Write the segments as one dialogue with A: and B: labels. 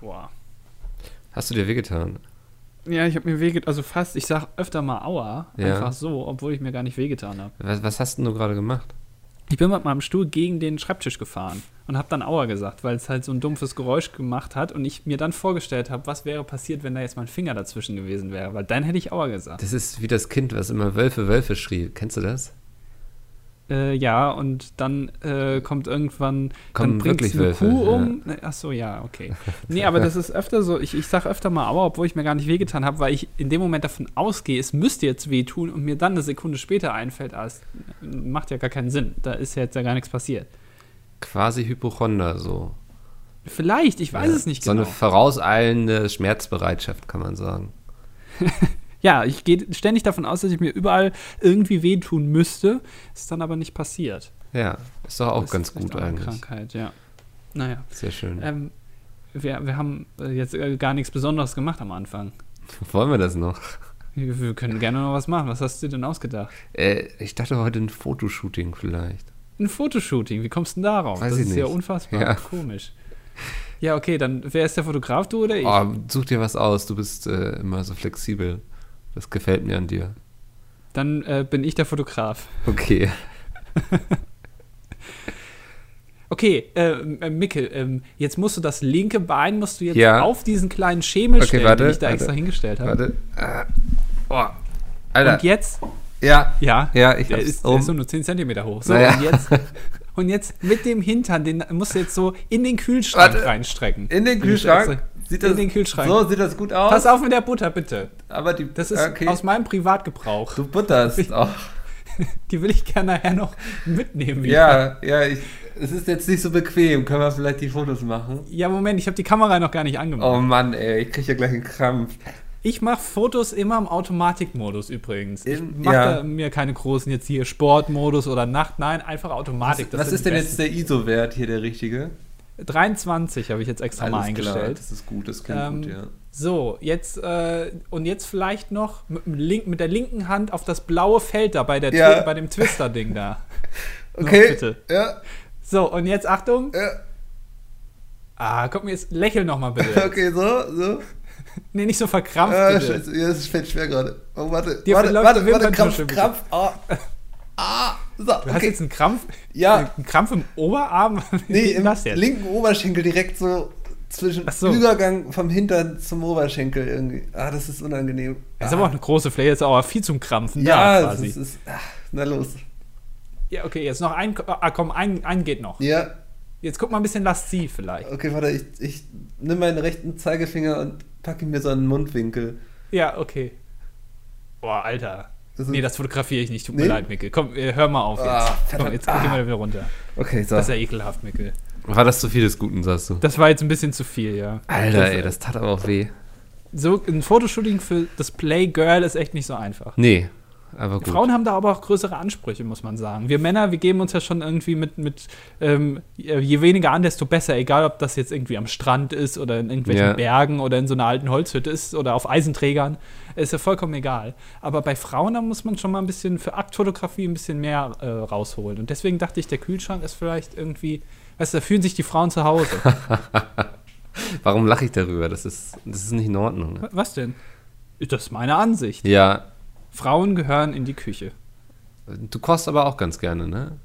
A: Boah.
B: Hast du dir wehgetan?
A: Ja, ich habe mir wehgetan, also fast, ich sag öfter mal aua,
B: Ja.
A: einfach so, obwohl ich mir gar nicht wehgetan habe.
B: Was, was hast denn du gerade gemacht?
A: Ich bin mit meinem Stuhl gegen den Schreibtisch gefahren und habe dann aua gesagt, weil es halt so ein dumpfes Geräusch gemacht hat und ich mir dann vorgestellt habe, was wäre passiert, wenn da jetzt mein Finger dazwischen gewesen wäre, weil dann hätte ich aua gesagt.
B: Das ist wie das Kind, was immer Wölfe, Wölfe schrie. Kennst du das?
A: Äh, ja, und dann äh, kommt irgendwann, dann
B: Kommen
A: bringt's
B: wirklich
A: eine
B: Wölfe,
A: Kuh um. Ach so, ja, okay. Nee, aber das ist öfter so, ich, ich sag öfter mal aua, obwohl ich mir gar nicht wehgetan habe, weil ich in dem Moment davon ausgehe, es müsste jetzt wehtun und mir dann eine Sekunde später einfällt, ah, es macht ja gar keinen Sinn, da ist ja jetzt ja gar nichts passiert.
B: Quasi Hypochonder, so.
A: Vielleicht, ich weiß
B: Ja.
A: es nicht
B: So
A: genau.
B: eine vorauseilende Schmerzbereitschaft, kann man sagen.
A: Ja, ich gehe ständig davon aus, dass ich mir überall irgendwie wehtun müsste. Ist dann aber nicht passiert.
B: Ja, ist doch auch
A: ist
B: ganz
A: vielleicht
B: gut
A: auch eine
B: eigentlich.
A: Krankheit, ja. Naja.
B: Sehr schön.
A: Ähm, wir, wir haben äh, jetzt äh, gar nichts Besonderes gemacht am Anfang.
B: Wollen wir das noch?
A: Wir, wir können gerne noch was machen. Was hast du denn ausgedacht?
B: Äh, ich dachte heute ein Fotoshooting vielleicht.
A: Ein Fotoshooting. Wie kommst du denn darauf?
B: Weiß
A: das
B: ich
A: ist ja
B: nicht.
A: unfassbar
B: Ja.
A: komisch. Ja, okay, dann wer ist der Fotograf, du oder ich?
B: Oh, such dir was aus, du bist äh, immer so flexibel. Das gefällt mir an dir.
A: Dann äh, bin ich der Fotograf.
B: Okay.
A: Okay, äh, äh, Mikkel, ähm, jetzt musst du das linke Bein musst du jetzt
B: Ja.
A: auf diesen kleinen Schemel
B: Okay,
A: stellen,
B: warte,
A: den ich da
B: warte,
A: extra hingestellt habe.
B: Warte. Äh, oh. Alter.
A: Und jetzt,
B: ja,
A: ja,
B: ja, ich
A: der
B: hab's
A: ist, der
B: um.
A: ist so nur 10 cm hoch. So,
B: Naja.
A: und, jetzt, und jetzt mit dem Hintern, den musst du jetzt so in den Kühlschrank
B: Warte.
A: reinstrecken.
B: In den
A: Den musst du
B: Kühlschrank.
A: extra-
B: Sieht
A: in
B: das,
A: den Kühlschrank.
B: So sieht das gut aus.
A: Pass auf mit der Butter, bitte.
B: Aber die,
A: Das ist
B: okay.
A: aus meinem Privatgebrauch.
B: du butterst Oh. auch.
A: Die will ich gerne nachher noch mitnehmen. wieder.
B: Ja, ja, ich, es ist jetzt nicht so bequem. Können wir vielleicht die Fotos machen?
A: Ja, Moment, ich habe die Kamera noch gar nicht angemacht.
B: Oh Mann, ey, ich krieg ja gleich einen Krampf.
A: Ich mache Fotos immer im Automatikmodus übrigens. Ich
B: In-
A: mache
B: ja.
A: da mir keine großen jetzt hier Sportmodus oder Nacht. Nein, einfach Automatik.
B: Was ist
A: sind
B: denn
A: die
B: jetzt der ISO-Wert hier der richtige?
A: besten. 23 habe ich jetzt extra mal eingestellt.
B: das ist gut, das klingt
A: Ähm,
B: gut, ja.
A: So, jetzt äh, und jetzt vielleicht noch mit, dem link, mit der linken Hand auf das blaue Feld da bei, der
B: Ja.
A: Twi- bei dem Twister-Ding da.
B: Okay,
A: bitte.
B: ja,
A: So, und jetzt Achtung.
B: ja,
A: Ah, guck mir jetzt, lächel nochmal bitte.
B: okay, so, so.
A: Nee, nicht so verkrampft
B: Ah,
A: bitte.
B: scheiße, ja, das fällt schwer gerade. Oh, warte,
A: Dir
B: warte,
A: verläuft
B: warte,
A: der
B: warte, Krampf,
A: Wimperntusche,
B: Krampf. Ah, ah so,
A: Du hast
B: okay.
A: jetzt einen Krampf?
B: Ja.
A: Einen Krampf im Oberarm? Wie
B: Nee,
A: geht
B: im
A: das jetzt?
B: linken Oberschenkel direkt so zwischen
A: Ach so.
B: Übergang vom Hintern zum Oberschenkel irgendwie. Ah, das ist unangenehm.
A: Das
B: Ah.
A: ist aber auch eine große Fläche, ist aber viel zum Krampfen
B: ja,
A: da
B: das
A: quasi.
B: ist, ist ah, na los.
A: ja, okay, jetzt noch ein. Ah, komm, ein, ein geht noch.
B: Ja,
A: Jetzt guck mal ein bisschen lasziv vielleicht.
B: okay, warte, ich, ich nimm meinen rechten Zeigefinger und packe ihn mir so an den Mundwinkel.
A: Ja, okay. Boah, Alter.
B: Das ist-
A: nee, das fotografiere ich nicht. Tut mir
B: Nee?
A: leid, Mickel. Komm, äh, hör mal auf jetzt.
B: Ah,
A: komm,
B: verdammt. Ah.
A: jetzt gehen wir wieder runter.
B: Okay, so.
A: Das ist ja ekelhaft, Mickel.
B: War das zu viel des Guten, sagst du?
A: Das war jetzt ein bisschen zu viel, ja.
B: Alter, ey, das tat aber auch weh.
A: So ein Fotoshooting für das Playgirl ist echt nicht so einfach.
B: Nee, aber gut.
A: Frauen haben da aber auch größere Ansprüche, muss man sagen. Wir Männer, wir geben uns ja schon irgendwie mit, mit ähm, je weniger an, desto besser, egal ob das jetzt irgendwie am Strand ist oder in irgendwelchen
B: Ja.
A: Bergen oder in so einer alten Holzhütte ist oder auf Eisenträgern, ist ja vollkommen egal. Aber bei Frauen, da muss man schon mal ein bisschen für Aktfotografie ein bisschen mehr äh, rausholen. Und deswegen dachte ich, der Kühlschrank ist vielleicht irgendwie, weißt du, da fühlen sich die Frauen zu Hause.
B: Warum lache ich darüber? Das ist, das ist nicht in Ordnung. Ne?
A: Was denn? Das ist meine Ansicht.
B: Ja,
A: Frauen gehören in die Küche.
B: du kochst aber auch ganz gerne, ne?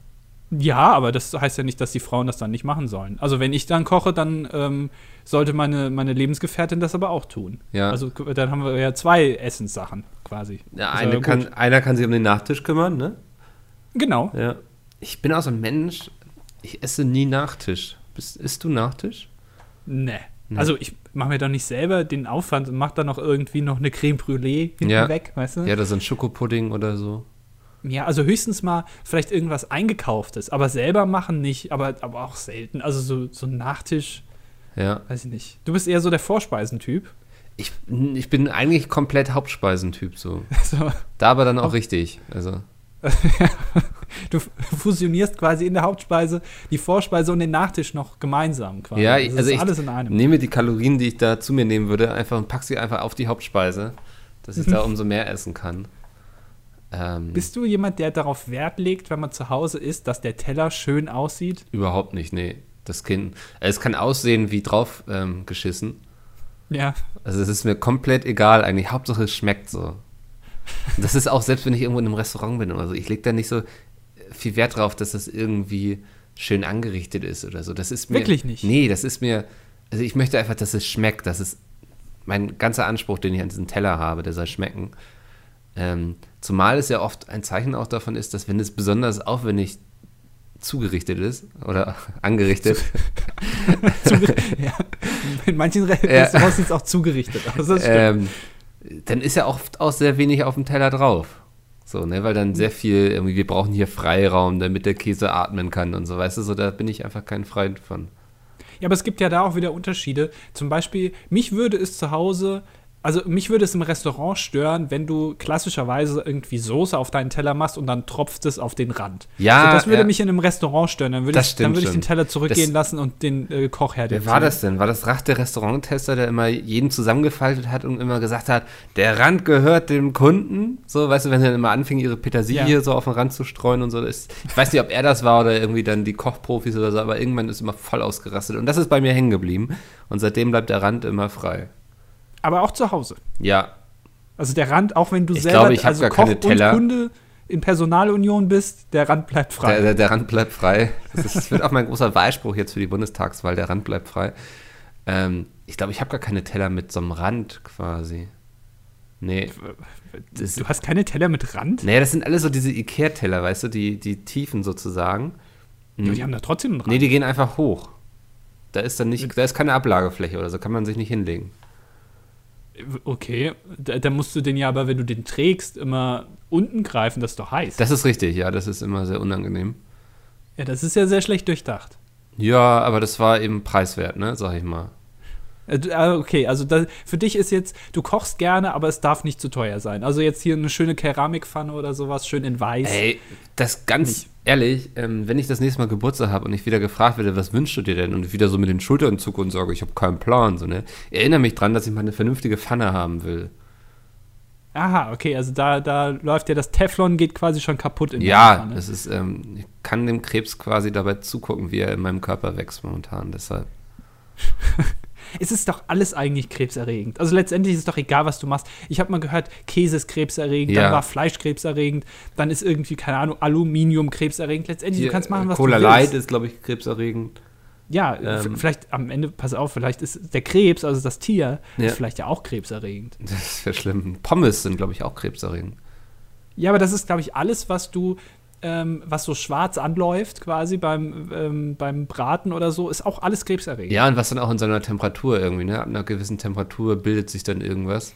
A: Ja, aber das heißt ja nicht, dass die Frauen das dann nicht machen sollen. Also wenn ich dann koche, dann ähm, sollte meine, meine Lebensgefährtin das aber auch tun.
B: Ja.
A: Also gu- dann haben wir ja zwei Essenssachen quasi.
B: Ja,
A: Ist
B: eine
A: gut.
B: kann, einer kann sich um den Nachtisch kümmern, ne?
A: Genau.
B: Ja. Ich bin auch so ein Mensch, ich esse nie Nachtisch. Bist, isst du Nachtisch?
A: Nee. Also ich mache mir doch nicht selber den Aufwand und mache dann noch irgendwie noch eine Creme Brûlée hinten
B: Ja.
A: weg, weißt du?
B: Ja, das ist ein Schokopudding oder so.
A: Ja, also höchstens mal vielleicht irgendwas eingekauftes, aber selber machen nicht, aber, aber auch selten. Also so, so ein Nachtisch,
B: Ja.
A: weiß ich nicht. Du bist eher so der Vorspeisentyp.
B: Ich, ich bin eigentlich komplett Hauptspeisentyp so.
A: So.
B: Da aber dann auch richtig. Also,
A: Du f- fusionierst quasi in der Hauptspeise die Vorspeise und den Nachtisch noch gemeinsam quasi.
B: ja,
A: Das
B: ich, also
A: ist
B: ich
A: alles in einem.
B: nehme die Kalorien, die ich da zu mir nehmen würde, einfach und pack sie einfach auf die Hauptspeise, dass ich da umso mehr essen kann. Ähm,
A: Bist du jemand, der darauf Wert legt, wenn man zu Hause ist, dass der Teller schön aussieht?
B: also Überhaupt nicht, nee. Das Kind. Es kann aussehen wie drauf ähm, geschissen,
A: Ja.
B: Also es ist mir komplett egal eigentlich. Hauptsache es schmeckt so. Und das ist auch, selbst wenn ich irgendwo in einem Restaurant bin oder so, ich lege da nicht so äh, viel Wert drauf, dass das irgendwie schön angerichtet ist oder so. Das ist mir.
A: Wirklich nicht?
B: Nee, das ist mir. Also ich möchte einfach, dass es schmeckt. Das ist mein ganzer Anspruch, den ich an diesen Teller habe, der soll schmecken. Ähm, zumal es ja oft ein Zeichen auch davon ist, dass wenn es besonders aufwendig zugerichtet ist oder angerichtet,
A: Zuge ja. In manchen Re Restaurants sieht es auch zugerichtet aus. Das stimmt.
B: ähm, dann ist ja oft auch sehr wenig auf dem Teller drauf. So, ne, weil dann sehr viel, irgendwie, wir brauchen hier Freiraum, damit der Käse atmen kann und so, weißt du, so, da bin ich einfach kein Freund von.
A: Ja, aber es gibt ja da auch wieder Unterschiede. Zum Beispiel, mich würde es zu Hause, also mich würde es im Restaurant stören, wenn du klassischerweise irgendwie Soße auf deinen Teller machst und dann tropft es auf den Rand.
B: Ja,
A: Also das würde
B: ja.
A: mich in einem Restaurant stören. Dann würde
B: Das
A: ich,
B: stimmt
A: dann würde ich den
B: schon.
A: Teller zurückgehen
B: Das-
A: lassen und den äh, Koch herdenken.
B: Wer war das denn? War das Rach der Restauranttester, der immer jeden zusammengefaltet hat und immer gesagt hat, der Rand gehört dem Kunden? So, weißt du, wenn sie dann immer anfingen, ihre Petersilie
A: Ja.
B: so auf den Rand zu streuen und so. Das, ich weiß nicht, ob er das war oder irgendwie dann die Kochprofis oder so, aber irgendwann ist immer voll ausgerastet. Und das ist bei mir hängen geblieben. Und seitdem bleibt der Rand immer frei.
A: Aber auch zu Hause.
B: Ja,
A: Also der Rand, auch wenn du
B: Ich
A: selber
B: glaube, ich hab
A: also
B: gar
A: Koch
B: keine Teller.
A: und Kunde in Personalunion bist, der Rand bleibt frei.
B: Der, der, der Rand bleibt frei. Das, ist, das wird auch mein großer Wahlspruch jetzt für die Bundestagswahl. Der Rand bleibt frei. Ähm, ich glaube, ich habe gar keine Teller mit so einem Rand quasi. Nee. Das,
A: du hast keine Teller mit Rand?
B: naja, das sind alles so diese Ikea-Teller, weißt du, die, die Tiefen sozusagen.
A: Ja, die haben da trotzdem einen Rand.
B: Hm. Nee, die gehen einfach hoch. Da ist dann nicht, da ist keine Ablagefläche oder so, kann man sich nicht hinlegen.
A: Okay, da, da musst du den ja aber, wenn du den trägst, immer unten greifen, das ist doch heiß.
B: Das ist richtig, ja, das ist immer sehr unangenehm.
A: ja, das ist ja sehr schlecht durchdacht.
B: Ja, aber das war eben preiswert, ne, sag ich mal.
A: Äh, du- ah, Okay, also das, für dich ist jetzt, du kochst gerne, aber es darf nicht zu teuer sein. Also jetzt hier eine schöne Keramikpfanne oder sowas, schön in weiß.
B: Ey, das ganz ehrlich, ähm, wenn ich das nächste Mal Geburtstag habe und ich wieder gefragt werde, was wünschst du dir denn? Und ich wieder so mit den Schultern zucke und sage, ich habe keinen Plan. So, ne? Ich erinnere mich dran, dass ich mal eine vernünftige Pfanne haben will.
A: Aha, okay, also da, da läuft ja das Teflon, geht quasi schon kaputt in
B: ja,
A: der Pfanne.
B: das ist, ähm, ich kann dem Krebs quasi dabei zugucken, wie er in meinem Körper wächst momentan. Deshalb.
A: Es ist doch alles eigentlich krebserregend. Also letztendlich ist es doch egal, was du machst. Ich habe mal gehört, Käse ist krebserregend,
B: Ja.
A: dann war Fleisch krebserregend, dann ist irgendwie, keine Ahnung, Aluminium krebserregend. Letztendlich,
B: Hier,
A: du kannst machen,
B: äh,
A: was
B: Cola
A: du willst.
B: Light ist, glaube ich, krebserregend.
A: Ja, f-
B: Ähm.
A: vielleicht am Ende, pass auf, vielleicht ist der Krebs, also das Tier,
B: Ja.
A: ist vielleicht ja auch krebserregend.
B: Das wäre schlimm. Pommes sind, glaube ich, auch krebserregend.
A: Ja, aber das ist, glaube ich, alles, was du, ähm, was so schwarz anläuft, quasi beim, ähm, beim Braten oder so, ist auch alles krebserregend.
B: Ja, und was dann auch in so einer Temperatur irgendwie, ne? Ab einer gewissen Temperatur bildet sich dann irgendwas,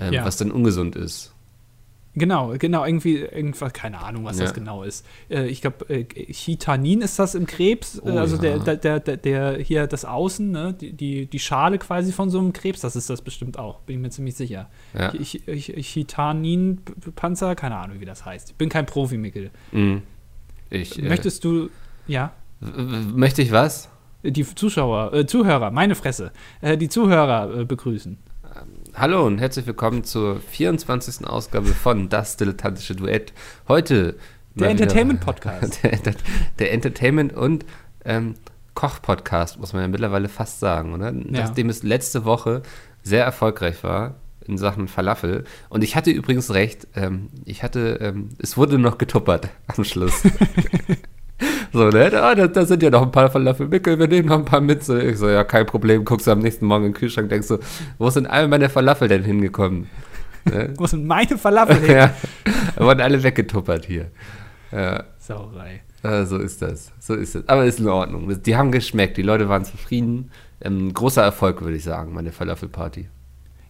B: ähm,
A: Ja.
B: was dann ungesund ist.
A: Genau, genau, irgendwie, irgendwas, keine Ahnung, was
B: Ja.
A: das genau ist. Äh, ich glaube, äh, Chitanin ist das im Krebs,
B: Oh,
A: äh, also
B: ja.
A: der, der, der, der, hier das Außen, ne? die, die, die Schale quasi von so einem Krebs, das ist das bestimmt auch, bin ich mir ziemlich sicher.
B: Ja.
A: Ch- Ch- Ch- Chitanin-Panzer, keine Ahnung, wie das heißt. Ich bin kein Profi, Mikkel.
B: Mhm. Ich, äh,
A: Möchtest du, ja,
B: w- w- möchte ich was?
A: die Zuschauer, äh, Zuhörer, meine Fresse, äh, die Zuhörer äh, begrüßen.
B: Hallo und herzlich willkommen zur 24. Ausgabe von Das Dilettantische Duett.
A: Der
B: Heute mal wieder-
A: Entertainment-Podcast.
B: der, Enter- der Entertainment und ähm, Koch-Podcast, muss man ja mittlerweile fast sagen, oder? Nachdem es letzte Woche sehr erfolgreich war in Sachen Falafel. Und ich hatte übrigens recht, ähm, ich hatte, ähm, es wurde noch getuppert am Schluss. So, ne? Ah, da, da sind ja noch ein paar Falafelmickel, wir nehmen noch ein paar mit. So, ich so, ja, kein Problem, guckst du am nächsten Morgen in den Kühlschrank, denkst du, wo sind all meine Falafel denn hingekommen? Ne?
A: Wo sind meine Falafel hin?
B: ja, da wurden alle weggetuppert hier. Ja,
A: Sauerei.
B: äh, so ist das, so ist das. Aber ist in Ordnung. Das- Die haben geschmeckt, die Leute waren zufrieden. Ähm, großer Erfolg, würde ich sagen, meine Falafelparty.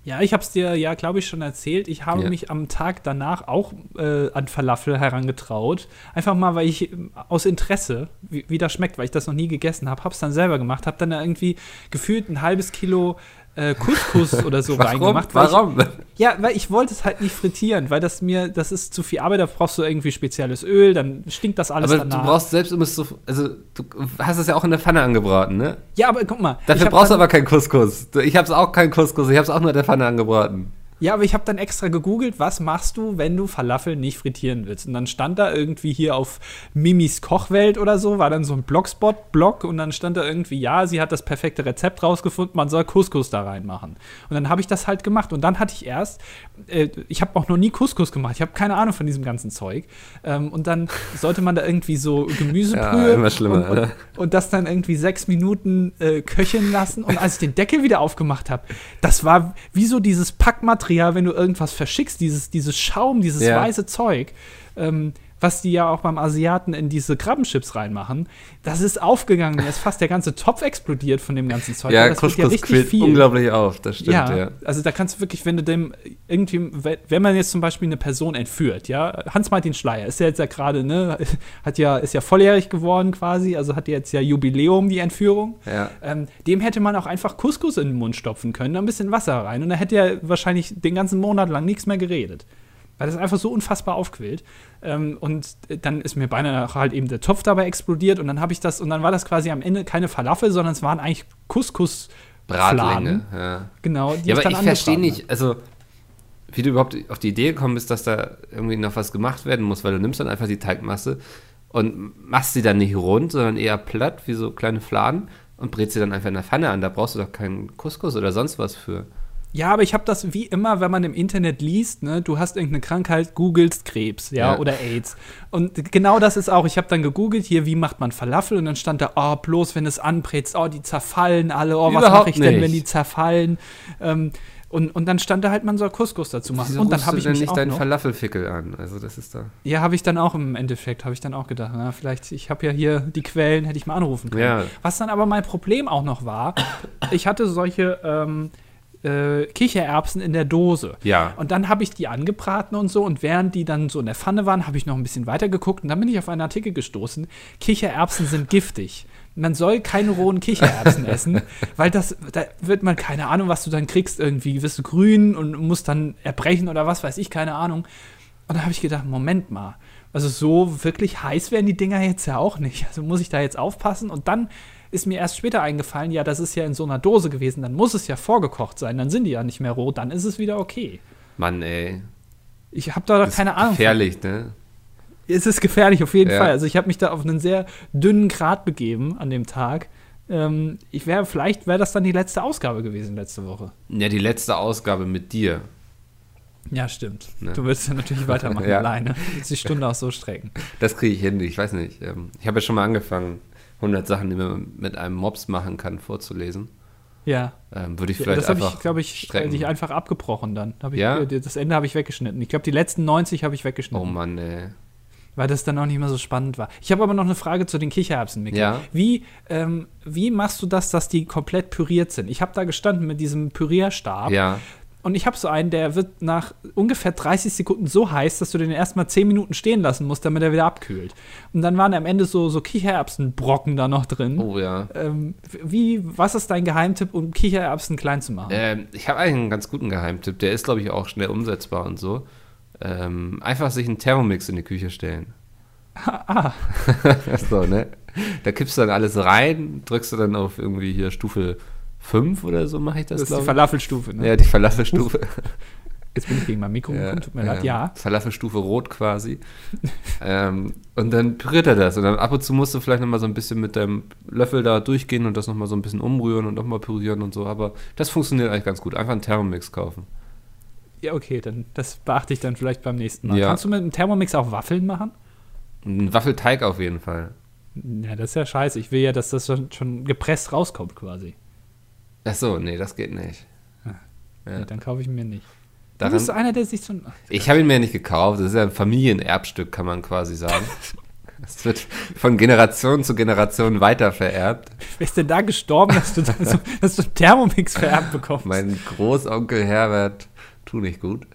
A: Ja, ich hab's dir ja, glaube ich, schon erzählt. Ich habe
B: Ja.
A: mich am Tag danach auch äh, an Falafel herangetraut. Einfach mal, weil ich ähm, aus Interesse, wie, wie das schmeckt, weil ich das noch nie gegessen habe, hab's dann selber gemacht, hab dann da irgendwie gefühlt ein halbes Kilo äh, Couscous oder so reingemacht. weil ich-
B: Warum?
A: Ja, weil ich wollte es halt nicht frittieren, weil das mir, das ist zu viel Arbeit, da brauchst du irgendwie spezielles Öl, dann stinkt das alles
B: Aber
A: danach.
B: du brauchst selbst, immer so, also du hast es ja auch in der Pfanne angebraten, ne?
A: ja, aber guck mal. ich
B: Dafür
A: hab
B: brauchst du
A: dann-
B: aber keinen Couscous. Ich hab's auch keinen Couscous, ich hab's auch nur in der Pfanne angebraten.
A: Ja, aber ich habe dann extra gegoogelt, was machst du, wenn du Falafel nicht frittieren willst? Und dann stand da irgendwie hier auf Mimis Kochwelt oder so, war dann so ein Blogspot-Blog und dann stand da irgendwie, ja, sie hat das perfekte Rezept rausgefunden, man soll Couscous da reinmachen. Und dann habe ich das halt gemacht und dann hatte ich erst, äh, ich habe auch noch nie Couscous gemacht, ich habe keine Ahnung von diesem ganzen Zeug. Ähm, und dann sollte man da irgendwie so Gemüsebrühe
B: Ja, immer schlimmer, ne?
A: und,
B: oder?
A: und, und das dann irgendwie sechs Minuten äh, köcheln lassen. Und als ich den Deckel wieder aufgemacht habe, das war wie so dieses Packmaterial, wenn du irgendwas verschickst, dieses, dieses Schaum, dieses
B: Ja.
A: weiße Zeug, ähm, was die ja auch beim Asiaten in diese Krabbenchips reinmachen. Das ist aufgegangen, mir ist fast der ganze Topf explodiert von dem ganzen Zeug.
B: Ja,
A: Und das wird
B: Couscous quillt unglaublich auf, das stimmt,
A: ja,
B: ja.
A: also da kannst du wirklich, wenn du dem irgendwie, we- wenn man jetzt zum Beispiel eine Person entführt, ja, Hans-Martin Schleier ist ja jetzt ja gerade, ne, hat ja, ist ja volljährig geworden quasi, also hat jetzt ja Jubiläum, die Entführung.
B: Ja.
A: Ähm, dem hätte man auch einfach Couscous in den Mund stopfen können, ein bisschen Wasser rein und dann hätte er wahrscheinlich den ganzen Monat lang nichts mehr geredet. Weil das einfach so unfassbar aufquillt. Ähm, und dann ist mir beinahe auch halt eben der Topf dabei explodiert und dann habe ich das, und dann war das quasi am Ende keine Falafel, sondern es waren eigentlich Couscous.
B: Bratlinge, ja.
A: Genau, die
B: Ja, aber
A: dann ne?
B: ich verstehe
A: angebraten
B: nicht, also wie du überhaupt auf die Idee gekommen bist, dass da irgendwie noch was gemacht werden muss, weil du nimmst dann einfach die Teigmasse und machst sie dann nicht rund, sondern eher platt, wie so kleine Fladen und brätst sie dann einfach in der Pfanne an. Da brauchst du doch keinen Couscous oder sonst was für.
A: Ja, aber ich habe das wie immer, wenn man im Internet liest, ne, du hast irgendeine Krankheit, googelst Krebs, ja,
B: Ja.
A: oder AIDS. Und genau das ist auch, ich habe dann gegoogelt, hier, wie macht man Falafel? Und dann stand da, oh, bloß wenn es anbrätst, oh, die zerfallen alle, oh, was
B: Überhaupt
A: mache ich denn,
B: nicht.
A: wenn die zerfallen? Ähm, und, und dann stand da halt, man soll Couscous dazu machen. und dann
B: rufst
A: habe
B: du
A: ich
B: denn
A: mich
B: nicht
A: auch
B: deinen
A: noch,
B: Falafelfickel an. Also das ist da.
A: Ja, habe ich dann auch im Endeffekt, habe ich dann auch gedacht, na, vielleicht, ich habe ja hier die Quellen, hätte ich mal anrufen können.
B: Ja.
A: Was dann aber mein Problem auch noch war, ich hatte solche ähm, äh, Kichererbsen in der Dose.
B: Ja.
A: Und dann habe ich die angebraten und so. Und während die dann so in der Pfanne waren, habe ich noch ein bisschen weiter geguckt. Und dann bin ich auf einen Artikel gestoßen: Kichererbsen sind giftig. Man soll keine rohen Kichererbsen essen, weil das, da wird man keine Ahnung, was du dann kriegst. Irgendwie wirst du grün und musst dann erbrechen oder was weiß ich, keine Ahnung. Und da habe ich gedacht: Moment mal. Also so wirklich heiß werden die Dinger jetzt ja auch nicht. Also muss ich da jetzt aufpassen? Und dann ist mir erst später eingefallen, ja, das ist ja in so einer Dose gewesen, dann muss es ja vorgekocht sein, dann sind die ja nicht mehr roh, dann ist es wieder okay.
B: Mann, ey.
A: Ich habe da doch
B: Das
A: keine Ahnung. von.
B: Gefährlich, ne?
A: Es ist gefährlich, auf jeden
B: Ja.
A: Fall. Also ich habe mich da auf einen sehr dünnen Grat begeben an dem Tag. Ähm, ich wäre, vielleicht wäre das dann die letzte Ausgabe gewesen letzte Woche.
B: Ja, die letzte Ausgabe mit dir.
A: Ja, stimmt.
B: Ne.
A: Du würdest ja natürlich weitermachen
B: Ja.
A: alleine. Du würdest die Stunde auch so strecken.
B: Das kriege ich hin, ich weiß nicht. Ähm, Ich habe ja schon mal angefangen, 100 Sachen, die man mit einem Mops machen kann, vorzulesen.
A: Ja.
B: Ähm, Würde ich
A: ja
B: vielleicht
A: das habe
B: einfach
A: ich, glaube ich, äh,
B: strecken.
A: dich einfach abgebrochen dann. Hab ich,
B: Ja?
A: äh, Das Ende habe ich weggeschnitten. Ich glaube, die letzten 90 habe ich
B: Oh
A: weggeschnitten.
B: Mann, ey.
A: weil das dann auch nicht mehr so spannend war. Ich habe aber noch eine Frage zu den Kichererbsen, Micky.
B: Ja.
A: Wie, ähm, wie machst du das, dass die komplett püriert sind? Ich habe da gestanden mit diesem Pürierstab
B: Ja.
A: und ich habe so einen, der wird nach ungefähr 30 Sekunden so heiß, dass du den erstmal 10 Minuten stehen lassen musst, damit er wieder abkühlt. Und dann waren am Ende so, so Kichererbsenbrocken da noch drin.
B: Oh ja.
A: Ähm, wie, was ist dein Geheimtipp, um Kichererbsen klein zu machen?
B: Ähm, ich habe eigentlich einen ganz guten Geheimtipp. Der ist, glaube ich, auch schnell umsetzbar und so. Ähm, einfach sich einen Thermomix in die Küche stellen. Ah. so, ne? Da kippst du dann alles rein, drückst du dann auf irgendwie hier Stufe 5 oder so, mache ich
A: das
B: das,
A: ist die
B: glaub
A: Falafelstufe,
B: ich.
A: ne?
B: Ja, die Falafelstufe.
A: Jetzt bin ich gegen mein Mikro
B: Ja,
A: gekommen, tut mir leid. Ja.
B: Falafelstufe rot quasi. ähm, und dann püriert er das. Und dann ab und zu musst du vielleicht nochmal so ein bisschen mit deinem Löffel da durchgehen und das nochmal so ein bisschen umrühren und nochmal pürieren und so. Aber das funktioniert eigentlich ganz gut. Einfach einen Thermomix kaufen.
A: Ja, okay, dann das beachte ich dann vielleicht beim nächsten Mal.
B: Ja.
A: Kannst du mit dem Thermomix auch Waffeln machen?
B: Ein Waffelteig auf jeden Fall.
A: Ja, das ist ja scheiße. Ich will ja, dass das schon, schon gepresst rauskommt quasi.
B: Ach so, nee, das geht nicht. Ja.
A: Nee, dann kaufe ich ihn mir nicht. du bist
B: Daran,
A: so einer, der sich so. ein-
B: ich habe ihn mir nicht gekauft. Das ist ja ein Familienerbstück, kann man quasi sagen. Es wird von Generation zu Generation weiter vererbt.
A: Wer ist denn da gestorben, dass du, dann so, dass du einen Thermomix vererbt bekommst?
B: Mein Großonkel Herbert, tu nicht gut.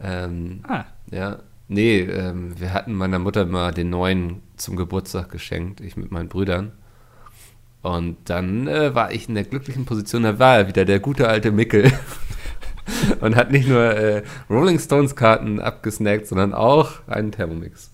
B: Ähm,
A: ah,
B: Ja, nee, ähm, wir hatten meiner Mutter mal den neuen zum Geburtstag geschenkt, ich mit meinen Brüdern. Und dann äh, war ich in der glücklichen Position, da war er wieder, der gute alte Mickel. Und hat nicht nur äh, Rolling Stones Karten abgesnackt, sondern auch einen Thermomix.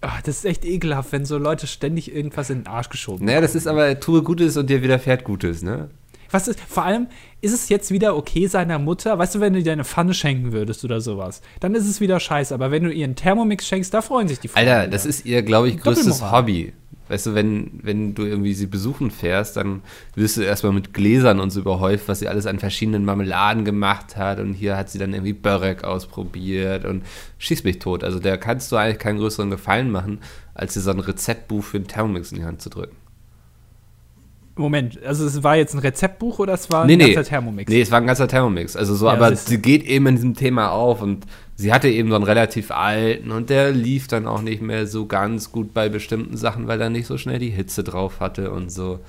A: ah, das ist echt ekelhaft, wenn so Leute ständig irgendwas in den Arsch geschoben
B: Naja, das ist aber, tue Gutes und dir widerfährt Gutes, ne?
A: haben. Was ist, vor allem ist es jetzt wieder okay seiner Mutter, weißt du, wenn du dir eine Pfanne schenken würdest oder sowas, dann ist es wieder scheiße. Aber wenn du ihr einen Thermomix schenkst, da freuen sich die
B: Freunde. Alter, das ist ihr, glaube ich, größtes Hobby. Weißt du, wenn, wenn du irgendwie sie besuchen fährst, dann wirst du erstmal mit Gläsern und so überhäuft, was sie alles an verschiedenen Marmeladen gemacht hat. Und hier hat sie dann irgendwie Börek ausprobiert und schieß mich tot. Also da kannst du eigentlich keinen größeren Gefallen machen, als dir so ein Rezeptbuch für einen Thermomix in die Hand zu drücken.
A: Moment, also es war jetzt ein Rezeptbuch oder es war
B: nee, ein ganzer nee. Thermomix? Nee, es war ein ganzer Thermomix. Also so, ja, aber sie geht eben in diesem Thema auf und sie hatte eben so einen relativ alten und der lief dann auch nicht mehr so ganz gut bei bestimmten Sachen, weil er nicht so schnell die Hitze drauf hatte und so.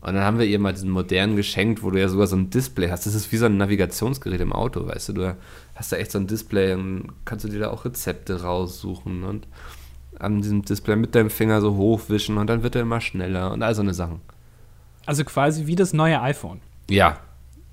B: Und dann haben wir ihr mal diesen modernen geschenkt, wo du ja sogar so ein Display hast. Das ist wie so ein Navigationsgerät im Auto, weißt du. Du hast da echt so ein Display und kannst du dir da auch Rezepte raussuchen und an diesem Display mit deinem Finger so hochwischen und dann wird er immer schneller und all so eine Sachen.
A: Also quasi wie das neue iPhone.
B: Ja,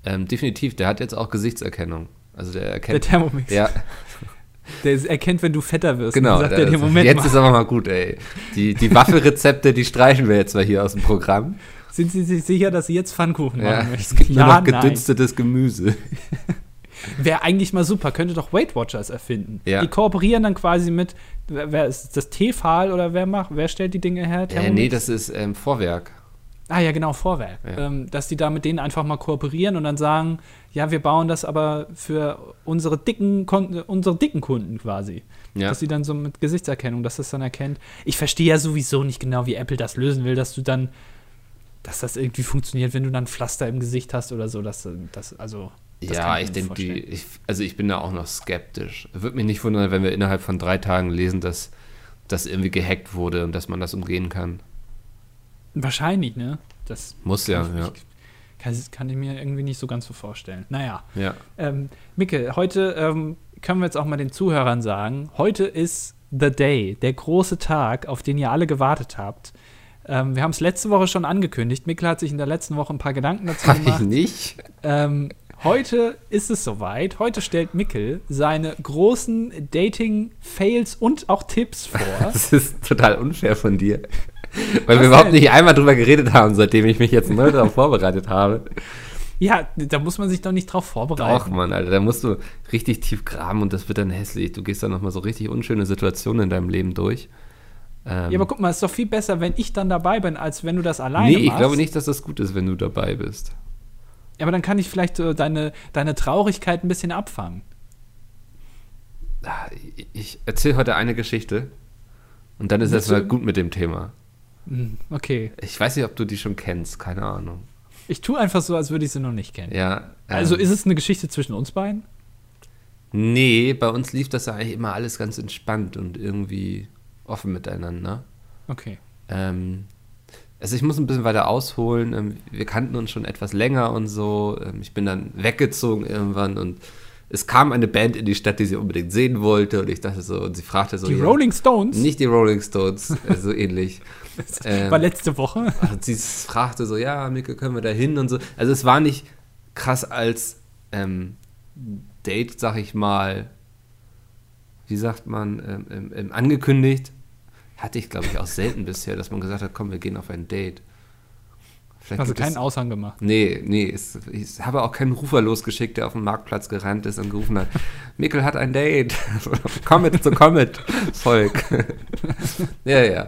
B: ähm, definitiv. Der hat jetzt auch Gesichtserkennung. Also der erkennt.
A: Der Thermomix.
B: Ja.
A: Der ist, erkennt, wenn du fetter wirst.
B: Genau. Sagt der, der, Moment jetzt mal. ist aber mal gut, ey. Die, die Waffelrezepte, die streichen wir jetzt mal hier aus dem Programm.
A: Sind Sie sich sicher, dass Sie jetzt Pfannkuchen ja, machen
B: möchten? Es gibt ja, nur noch gedünstetes nein. Gemüse.
A: Wäre eigentlich mal super, könnte doch Weight Watchers erfinden.
B: Ja.
A: Die kooperieren dann quasi mit, wer, ist das Tefal oder wer macht, wer stellt die Dinge her?
B: Thermomix? Äh, nee, das ist ähm, Vorwerk.
A: Ah ja, genau, Vorwerk. Ja. Ähm, dass die da mit denen einfach mal kooperieren und dann sagen, ja, wir bauen das aber für unsere dicken, Kon unsere dicken Kunden quasi. Ja. Dass sie dann so mit Gesichtserkennung, dass das dann erkennt. Ich verstehe ja sowieso nicht genau, wie Apple das lösen will, dass du dann, dass das irgendwie funktioniert, wenn du dann Pflaster im Gesicht hast oder so, dass das, also. Das
B: ja, ich, ich denke, die, ich, also ich bin da auch noch skeptisch. Würde mich nicht wundern, wenn wir innerhalb von drei Tagen lesen, dass das irgendwie gehackt wurde und dass man das umgehen kann.
A: Wahrscheinlich, ne? Das
B: Muss ja, ich, ja.
A: Kann, kann, ich mir irgendwie nicht so ganz so vorstellen. Naja.
B: Ja.
A: Ähm, Micke, heute ähm, können wir jetzt auch mal den Zuhörern sagen, heute ist The Day, der große Tag, auf den ihr alle gewartet habt. Ähm, wir haben es letzte Woche schon angekündigt. Micke hat sich in der letzten Woche ein paar Gedanken dazu Hab gemacht. Ähm,
B: Ich nicht.
A: heute ist es soweit. Heute stellt Mickel seine großen Dating-Fails und auch Tipps vor.
B: das ist total unfair von dir. Weil Was wir überhaupt denn? nicht einmal drüber geredet haben, seitdem ich mich jetzt neu darauf vorbereitet habe.
A: Ja, da muss man sich doch nicht drauf vorbereiten.
B: Doch, Mann, Alter, da musst du richtig tief graben und das wird dann hässlich. Du gehst dann nochmal so richtig unschöne Situationen in deinem Leben durch.
A: Ähm, ja, aber guck mal, ist doch viel besser, wenn ich dann dabei bin, als wenn du das alleine nee, machst.
B: Nee, ich glaube nicht, dass das gut ist, wenn du dabei bist.
A: Ja, aber dann kann ich vielleicht so deine, deine Traurigkeit ein bisschen abfangen.
B: Ich erzähle heute eine Geschichte und dann ist es mal gut mit dem Thema.
A: Okay.
B: Ich weiß nicht, ob du die schon kennst, keine Ahnung.
A: Ich tue einfach so, als würde ich sie noch nicht kennen.
B: Ja. Ähm,
A: also ist es eine Geschichte zwischen uns beiden?
B: Nee, bei uns lief das eigentlich immer alles ganz entspannt und irgendwie offen miteinander.
A: Okay.
B: Ähm, also ich muss ein bisschen weiter ausholen. Ähm, Wir kannten uns schon etwas länger und so. Ähm, Ich bin dann weggezogen irgendwann und es kam eine Band in die Stadt, die sie unbedingt sehen wollte und ich dachte so, und sie fragte so.
A: Die ja, Rolling Stones?
B: Nicht die Rolling Stones, äh, so ähnlich.
A: Ähm, war letzte Woche.
B: Und Also sie fragte so, ja, Micke, können wir da hin und so. Also es war nicht krass als ähm, Date, sag ich mal, wie sagt man, ähm, angekündigt. Hatte ich, glaube ich, auch selten bisher, dass man gesagt hat, komm, wir gehen auf ein Date.
A: Vielleicht Hast du keinen Also Aushang gemacht?
B: Nee, nee. Es, ich habe auch keinen Rufer losgeschickt, der auf den Marktplatz gerannt ist und gerufen hat: Mikkel hat ein Date. Comet zu Comet, Volk. ja, ja.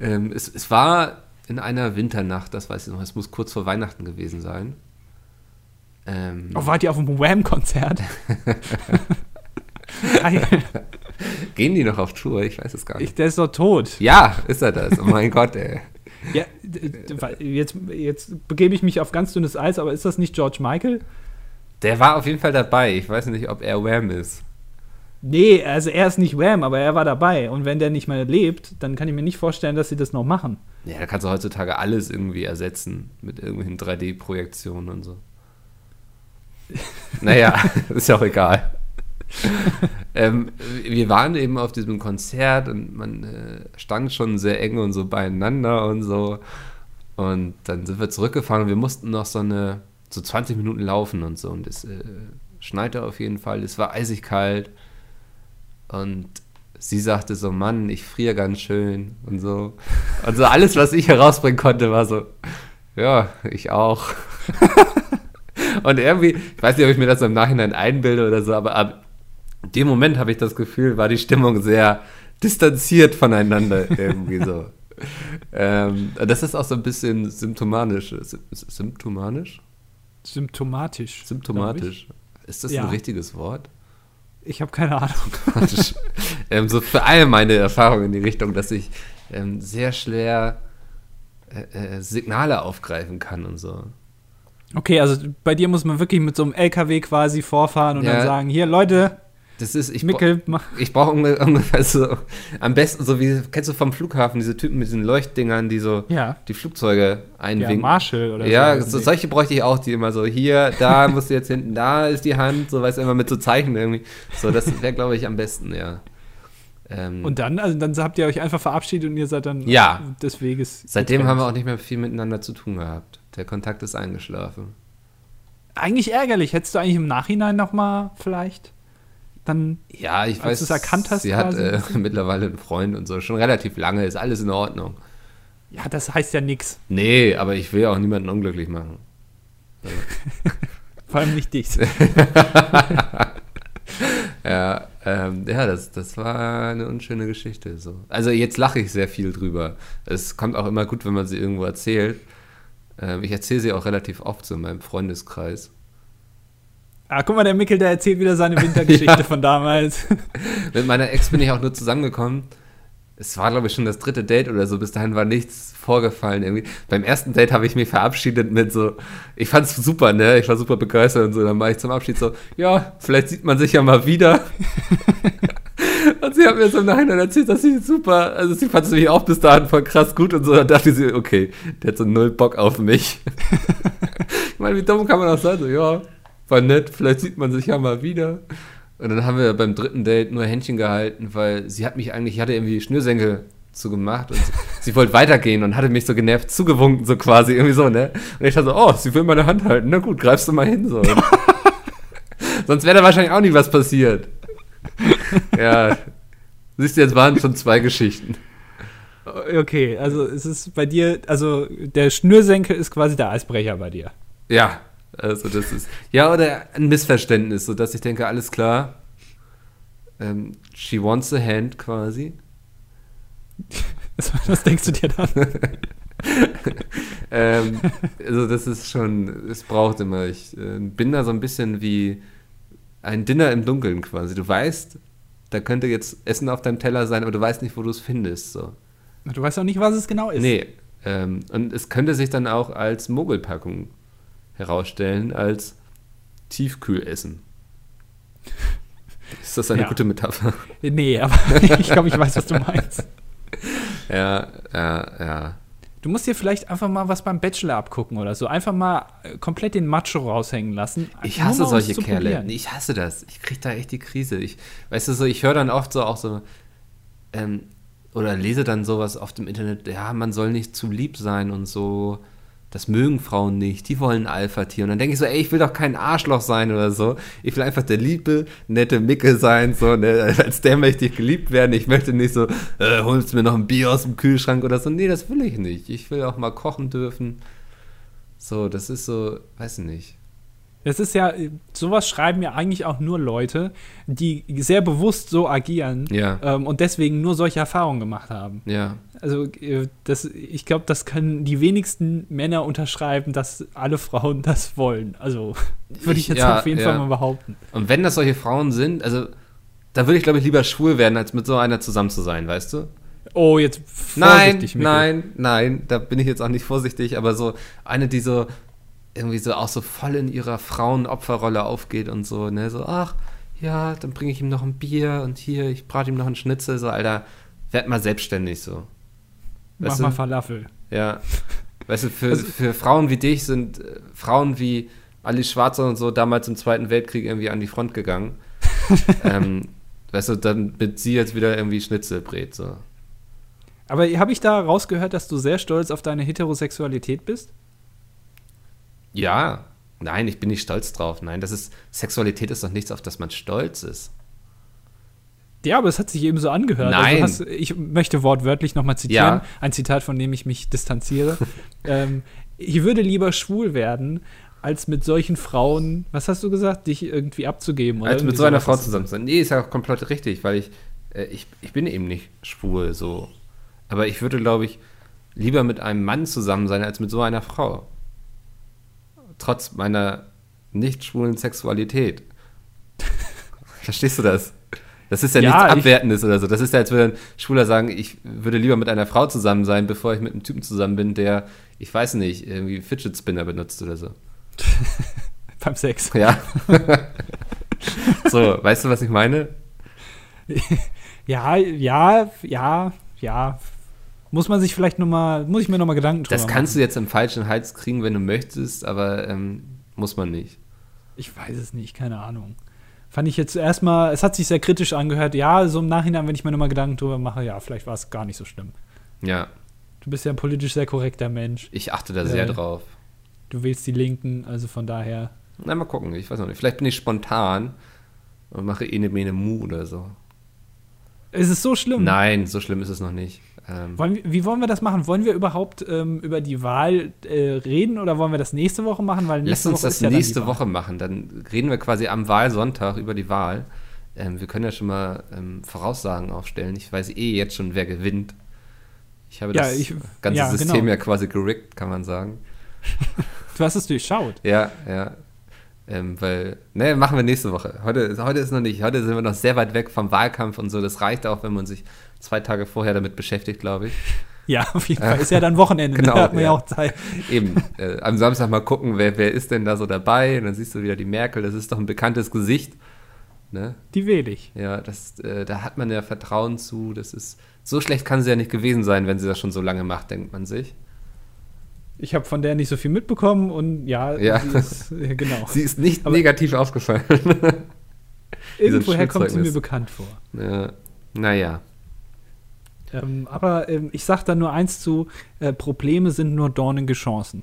B: Ähm, es, es, war in einer Winternacht, das weiß ich noch. Es muss kurz vor Weihnachten gewesen sein.
A: Ähm, oh, wart ihr auf einem Wham-Konzert?
B: Gehen die noch auf Tour? Ich weiß es gar nicht. Ich,
A: der ist doch tot.
B: Ja, ist er das. Oh mein Gott, ey.
A: Ja, jetzt, jetzt begebe ich mich auf ganz dünnes Eis, aber ist das nicht George Michael?
B: Der war auf jeden Fall dabei. Ich weiß nicht, ob er Wham ist.
A: Nee, also er ist nicht Wham, aber er war dabei. Und wenn der nicht mehr lebt, dann kann ich mir nicht vorstellen, dass sie das noch machen.
B: Ja, da kannst du heutzutage alles irgendwie ersetzen mit irgendwelchen 3D-Projektionen und so. naja, ist ja auch egal. ähm, wir waren eben auf diesem Konzert und man äh, stand schon sehr eng und so beieinander und so. Und dann sind wir zurückgefahren und wir mussten noch so eine, so 20 Minuten laufen und so. Und es äh, schneite auf jeden Fall, es war eisig kalt. Und sie sagte so, Mann, ich friere ganz schön und so. Also Und so alles, was ich herausbringen konnte, war so, ja, ich auch. Und irgendwie, ich weiß nicht, ob ich mir das im Nachhinein einbilde oder so, aber ab dem Moment habe ich das Gefühl, war die Stimmung sehr distanziert voneinander irgendwie so. ähm, das ist auch so ein bisschen symptomatisch. Symptomatisch?
A: Symptomatisch.
B: Symptomatisch. Ist das
A: Ja.
B: ein richtiges Wort?
A: Ich habe keine Ahnung.
B: ähm, so für all meine Erfahrungen in die Richtung, dass ich ähm, sehr schwer äh, äh, Signale aufgreifen kann und so.
A: Okay, also bei dir muss man wirklich mit so einem LKW quasi vorfahren und
B: Ja.
A: dann sagen, hier Leute,
B: Das ist, ich, bra-
A: Mickel, mach.
B: ich brauche unge ungefähr so, am besten so wie, kennst du vom Flughafen diese Typen mit diesen Leuchtdingern, die so
A: Ja.
B: die Flugzeuge
A: Ja,
B: einwinken?
A: Marshall oder
B: Ja,
A: so.
B: so, solche bräuchte ich auch, die immer so hier, da musst du jetzt hinten, da ist die Hand, so weißt du, immer mit so Zeichen irgendwie. So, das wäre, glaube ich, am besten, ja. Ähm,
A: Und dann, also dann habt ihr euch einfach verabschiedet und ihr seid dann
B: Ja.
A: des Weges.
B: seitdem
A: getrennt.
B: haben wir auch nicht mehr viel miteinander zu tun gehabt. Der Kontakt ist eingeschlafen.
A: Eigentlich ärgerlich. Hättest du eigentlich im Nachhinein nochmal vielleicht dann.
B: Ja, ich
A: Als
B: weiß.
A: du's erkannt hast
B: sie hat
A: quasi?
B: äh, mittlerweile einen Freund und so, schon relativ lange, ist alles in Ordnung.
A: Ja, das heißt ja nix.
B: Nee, aber ich will auch niemanden unglücklich machen.
A: Vor allem nicht dich.
B: Ja, ähm, ja das, das war eine unschöne Geschichte. So. Also jetzt lache ich sehr viel drüber. Es kommt auch immer gut, wenn man sie irgendwo erzählt. Ähm, ich erzähle sie auch relativ oft so in meinem Freundeskreis.
A: ah, guck mal, der Mickel, der erzählt wieder seine Wintergeschichte
B: Ja.
A: von damals.
B: Mit meiner Ex bin ich auch nur zusammengekommen. Es war, glaube ich, schon das dritte Date oder so. Bis dahin war nichts vorgefallen irgendwie. Beim ersten Date habe ich mich verabschiedet mit so, ich fand's super, ne? Ich war super begeistert und so. Dann war ich zum Abschied so, ja, vielleicht sieht man sich ja mal wieder. und sie hat mir so im Nachhinein erzählt, dass sie super, also sie fand mich auch bis dahin voll krass gut und so. Dann dachte sie, okay, der hat so null Bock auf mich. ich meine, wie dumm kann man auch sein? So, ja, war nett, vielleicht sieht man sich ja mal wieder. Und dann haben wir beim dritten Date nur Händchen gehalten, weil sie hat mich eigentlich, ich hatte irgendwie Schnürsenkel zugemacht und sie wollte weitergehen und hatte mich so genervt zugewunken, so quasi, irgendwie so, ne? Und ich dachte so, oh, sie will meine Hand halten, na gut, greifst du mal hin, so. Sonst wäre da wahrscheinlich auch nie was passiert. ja. Siehst du, jetzt waren schon zwei Geschichten.
A: okay, also es ist bei dir, also der Schnürsenkel ist quasi der Eisbrecher bei dir.
B: Ja, also das ist. Ja, oder ein Missverständnis, sodass ich denke, alles klar. Ähm, she wants a hand quasi.
A: Was, was denkst du dir dann?
B: ähm, also das ist schon, es braucht immer. Ich äh, bin da so ein bisschen wie ein Dinner im Dunkeln quasi. Du weißt, da könnte jetzt Essen auf deinem Teller sein, aber du weißt nicht, wo du es findest. So.
A: Du weißt auch nicht, was es genau ist.
B: Nee. Ähm, und es könnte sich dann auch als Mogelpackung herausstellen, als Tiefkühlessen. Ist das eine
A: Ja.
B: gute Metapher?
A: Nee, aber ich glaube, ich weiß, was du meinst.
B: Ja, ja, ja.
A: Du musst dir vielleicht einfach mal was beim Bachelor abgucken oder so. Einfach mal äh, komplett den Macho raushängen lassen.
B: Ich
A: Nur
B: hasse
A: mal, um es
B: solche
A: zu
B: Kerle.
A: probieren.
B: Nee, Ich hasse das. Ich krieg da echt die Krise. Ich, weißt du so, ich höre dann oft so auch so, ähm, oder lese dann sowas auf dem Internet, ja, man soll nicht zu lieb sein und so. Das mögen Frauen nicht, die wollen ein Alpha-Tier. Und dann denke ich so, ey, ich will doch kein Arschloch sein oder so. Ich will einfach der liebe, nette Micke sein, so, ne? Als der möchte ich geliebt werden. Ich möchte nicht so, äh, holst mir noch ein Bier aus dem Kühlschrank oder so. Nee, das will ich nicht. Ich will auch mal kochen dürfen. So, das ist so, weiß ich nicht.
A: Das ist ja, sowas schreiben ja eigentlich auch nur Leute, die sehr bewusst so agieren
B: Ja.
A: ähm, und deswegen nur solche Erfahrungen gemacht haben.
B: Ja,
A: Also äh, das, ich glaube, das können die wenigsten Männer unterschreiben, dass alle Frauen das wollen. Also würde ich
B: Ich-
A: jetzt
B: ja,
A: auf jeden
B: ja.
A: Fall mal behaupten.
B: Und wenn das solche Frauen sind, also da würde ich, glaube ich, lieber schwul werden, als mit so einer zusammen zu sein, weißt du?
A: Oh, jetzt
B: Nein,
A: vorsichtig, Mikkel.
B: nein, nein, da bin ich jetzt auch nicht vorsichtig, aber so eine, die so irgendwie so auch so voll in ihrer Frauenopferrolle aufgeht und so, ne, so, ach, ja, dann bringe ich ihm noch ein Bier und hier, ich brate ihm noch einen Schnitzel, so, Alter, werd mal selbstständig, so.
A: Mach
B: Weißt du?
A: mal Falafel.
B: Ja. Weißt du, für, für Frauen wie dich sind äh, Frauen wie Ali Schwarzer und so damals im Zweiten Weltkrieg irgendwie an die Front gegangen. ähm, weißt du, dann wird sie jetzt wieder irgendwie Schnitzel brät. So.
A: Aber habe ich da rausgehört, dass du sehr stolz auf deine Heterosexualität bist?
B: Ja, nein, ich bin nicht stolz drauf. Nein, das ist, Sexualität ist doch nichts, auf das man stolz ist.
A: Ja, aber es hat sich eben so angehört.
B: Nein.
A: Also hast, ich möchte wortwörtlich nochmal zitieren.
B: Ja.
A: Ein Zitat, von dem ich mich distanziere. ähm, ich würde lieber schwul werden, als mit solchen Frauen, was hast du gesagt, dich irgendwie abzugeben?
B: Oder als mit so einer Frau zusammen zu sein. Nee, ist ja auch komplett richtig, weil ich, äh, ich, ich bin eben nicht schwul so. Aber ich würde, glaube ich, lieber mit einem Mann zusammen sein als mit so einer Frau. Trotz meiner nicht schwulen Sexualität. Verstehst du das? Das ist ja,
A: Ja,
B: nichts
A: ich-
B: Abwertendes oder so. Das ist ja, als würde ein Schwuler sagen, ich würde lieber mit einer Frau zusammen sein, bevor ich mit einem Typen zusammen bin, der, ich weiß nicht, irgendwie Fidget Spinner benutzt oder so.
A: beim Sex.
B: Ja. so, weißt du, was ich meine?
A: Ja, ja, ja, ja. Muss man sich vielleicht nochmal, muss ich mir nochmal Gedanken drüber
B: Das kannst du jetzt im falschen Hals kriegen, wenn du möchtest, aber ähm, muss man nicht.
A: machen. Ich weiß es nicht, keine Ahnung. Fand ich jetzt erstmal, es hat sich sehr kritisch angehört. Ja, so im Nachhinein, wenn ich mir nochmal Gedanken drüber mache, ja, vielleicht war es gar nicht so schlimm.
B: Ja,
A: Du bist ja ein politisch sehr korrekter Mensch.
B: ich achte da sehr
A: Äh.
B: drauf.
A: Du wählst die Linken, also von daher.
B: Na, mal gucken, ich weiß noch nicht. Vielleicht bin ich spontan und mache eh Ene Mene Mu oder so.
A: Ist es so schlimm?
B: Nein, so schlimm ist es noch nicht. Ähm,
A: Wollen wir, wie wollen wir das machen? Wollen wir überhaupt ähm, über die Wahl äh, reden oder wollen wir das nächste Woche machen? Weil
B: lass
A: nächste
B: uns
A: Woche
B: das
A: ist ja dann
B: nächste
A: die Wahl.
B: Woche machen. Dann reden wir quasi am Wahlsonntag über die Wahl. Ähm, wir können ja schon mal ähm, Voraussagen aufstellen. Ich weiß eh jetzt schon, wer gewinnt. Ich habe
A: Ja,
B: das
A: ich-
B: ganze
A: ja,
B: System
A: genau.
B: ja quasi gerickt, kann man sagen.
A: Du hast es durchschaut.
B: Ja, ja. Ähm, weil, ne, machen wir nächste Woche. Heute, ist- heute ist noch nicht, heute sind wir noch sehr weit weg vom Wahlkampf und so. Das reicht auch, wenn man sich zwei Tage vorher damit beschäftigt, glaube ich.
A: Ja, auf jeden Fall. Ist ja dann Wochenende,
B: Genau,
A: da hat man ja
B: ja.
A: auch Zeit.
B: Eben, äh, am Samstag mal gucken, wer, wer ist denn da so dabei? Und dann siehst du wieder die Merkel, das ist doch ein bekanntes Gesicht. Ne?
A: Die wähle ich.
B: Ja, das, äh, da hat man ja Vertrauen zu. Das ist, so schlecht kann sie ja nicht gewesen sein, wenn sie das schon so lange macht, denkt man sich.
A: Ich habe von der nicht so viel mitbekommen und ja,
B: Ja.
A: sie ist, ja, genau.
B: Sie ist nicht
A: Aber-
B: negativ ausgefallen.
A: Irgendwoher kommt sie mir
B: Schulzeugnis.
A: bekannt vor.
B: ja, naja.
A: Ähm, aber ähm, ich sage da nur eins zu: äh, Probleme sind nur dornige Chancen.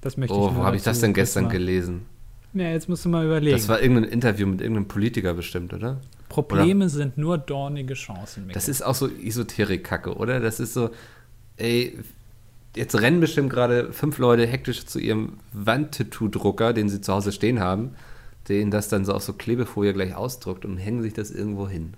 A: Das möchte ich
B: Oh,
A: nur
B: wo habe ich das
A: dazu
B: denn
A: kurz
B: gestern
A: mal-
B: gelesen?
A: Ja, jetzt musst du mal überlegen.
B: Das war irgendein Interview mit irgendeinem Politiker bestimmt, oder?
A: Probleme sind nur dornige Chancen. Mikkel.
B: Das ist auch so Esoterik-Kacke, oder? Das ist so, ey, jetzt rennen bestimmt gerade fünf Leute hektisch zu ihrem Wandtattoo-Drucker, den sie zu Hause stehen haben, den das dann so auf so Klebefolie gleich ausdruckt und hängen sich das irgendwo hin.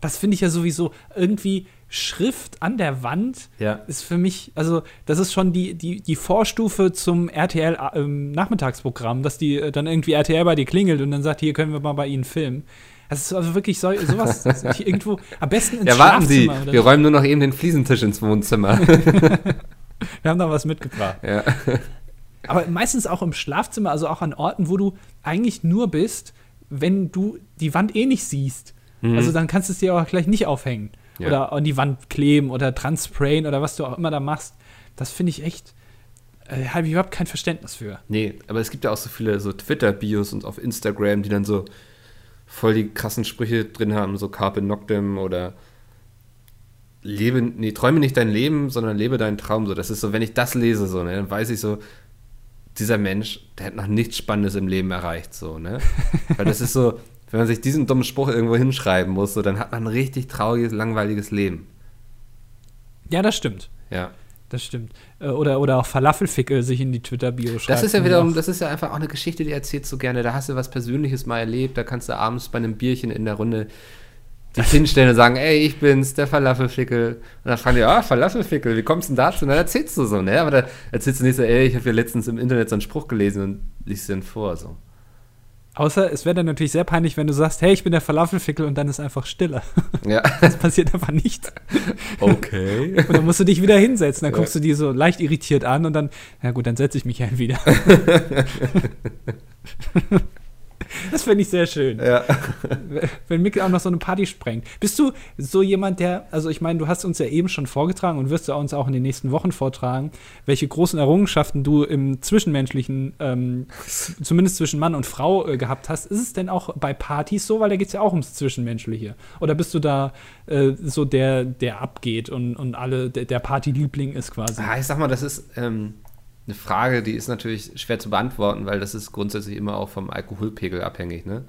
A: Das finde ich ja sowieso irgendwie Schrift an der Wand
B: Ja.
A: ist für mich, also das ist schon die, die, die Vorstufe zum RTL ähm, Nachmittagsprogramm, dass die äh, dann irgendwie RTL bei dir klingelt und dann sagt, hier können wir mal bei Ihnen filmen. Das ist also wirklich so, sowas das ist hier irgendwo am besten ins
B: Ja, warten Sie,
A: Schlafzimmer
B: wir
A: oder so.
B: räumen nur noch eben den Fliesentisch ins Wohnzimmer.
A: Wir haben da was mitgebracht.
B: ja.
A: Aber meistens auch im Schlafzimmer, also auch an Orten, wo du eigentlich nur bist, wenn du die Wand eh nicht siehst. Also dann kannst du es dir auch gleich nicht aufhängen.
B: Mhm. Ja.
A: Oder an die Wand kleben oder transprayen oder was du auch immer da machst. Das finde ich echt, äh, habe ich überhaupt kein Verständnis für.
B: Nee, aber es gibt ja auch so viele so Twitter-Bios und auf Instagram, die dann so voll die krassen Sprüche drin haben, so Carpe Noctem oder lebe, nee, träume nicht dein Leben, sondern lebe deinen Traum. So, das ist so, wenn ich das lese, so, ne, dann weiß ich so, dieser Mensch, der hat noch nichts Spannendes im Leben erreicht, so, ne? Weil das ist so, wenn man sich diesen dummen Spruch irgendwo hinschreiben muss, so, dann hat man ein richtig trauriges, langweiliges Leben.
A: Ja, das stimmt.
B: Ja.
A: Das stimmt. Äh, oder, oder auch Falafelfickel sich in die Twitter-Bio schreibt.
B: Das ist ja
A: und
B: wiederum,
A: sagt,
B: das ist ja einfach auch eine Geschichte, die erzählst du gerne. Da hast du was Persönliches mal erlebt, da kannst du abends bei einem Bierchen in der Runde dich hinstellen und sagen, ey, ich bin's, der Falafelfickel. Und dann fragen die, ah, Falafelfickel, wie kommst du denn dazu? Und dann erzählst du so, ne? Aber da erzählst du nicht so, ey, ich habe ja letztens im Internet so einen Spruch gelesen und liest den vor, so.
A: Außer es wäre dann natürlich sehr peinlich, wenn du sagst, hey, ich bin der Falafelfickel und dann ist einfach Stille.
B: Ja.
A: Das passiert einfach nichts.
B: Okay.
A: Und dann musst du dich wieder hinsetzen. Dann guckst du die so leicht irritiert an und dann, na gut, dann setze ich mich halt wieder. das finde ich sehr schön.
B: ja.
A: Wenn Mikkel auch noch so eine Party sprengt. Bist du so jemand, der, also ich meine, du hast uns ja eben schon vorgetragen und wirst du uns auch in den nächsten Wochen vortragen, welche großen Errungenschaften du im Zwischenmenschlichen, ähm, z- zumindest zwischen Mann und Frau, äh, gehabt hast. Ist es denn auch bei Partys so? Weil da geht es ja auch ums Zwischenmenschliche. Oder bist du da äh, so der, der abgeht und, und alle, der, der Partyliebling ist quasi?
B: Ah, ich sag mal, das ist ähm, eine Frage, die ist natürlich schwer zu beantworten, weil das ist grundsätzlich immer auch vom Alkoholpegel abhängig, ne?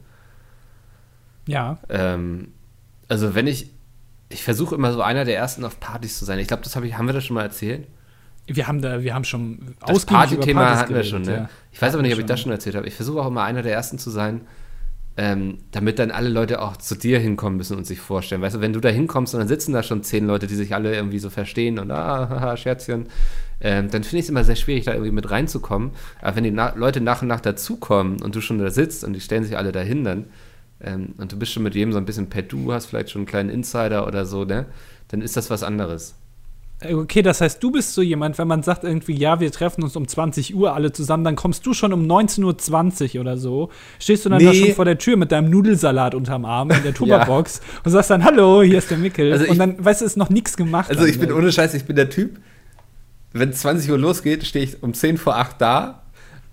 A: Ja.
B: Ähm, also wenn ich, ich versuche immer so einer der ersten auf Partys zu sein. Ich glaube, das hab ich, haben wir das schon mal erzählt.
A: Wir haben da, wir haben schon
B: Das
A: ausgiebig über
B: Party-Thema
A: Partys
B: hatten wir
A: geredet,
B: schon, ne?
A: ja.
B: Ich weiß aber nicht, ob ich
A: schon,
B: das schon erzählt habe. Ich versuche auch immer einer der Ersten zu sein, ähm, damit dann alle Leute auch zu dir hinkommen müssen und sich vorstellen. Weißt du, wenn du da hinkommst und dann sitzen da schon zehn Leute, die sich alle irgendwie so verstehen und ah, haha, Scherzchen, ähm, dann finde ich es immer sehr schwierig, da irgendwie mit reinzukommen. Aber wenn die na Leute nach und nach dazukommen und du schon da sitzt und die stellen sich alle dahin dann ähm, und du bist schon mit jedem so ein bisschen per Du, hast vielleicht schon einen kleinen Insider oder so, ne? Dann ist das was anderes.
A: Äh, Okay, das heißt, du bist so jemand, wenn man sagt irgendwie, ja, wir treffen uns um 20 Uhr alle zusammen, dann kommst du schon um 19.20 Uhr oder so, stehst du dann da
B: Nee.
A: schon vor der Tür mit deinem Nudelsalat unterm Arm in der Tuba-Box und sagst dann, hallo, hier ist der Mickel.
B: Also ich-
A: und dann, weißt du, ist noch nichts gemacht.
B: Also
A: dann,
B: ich bin
A: ne?
B: ohne Scheiß, ich bin der Typ, wenn 20 Uhr losgeht, stehe ich um 10 vor 8 da,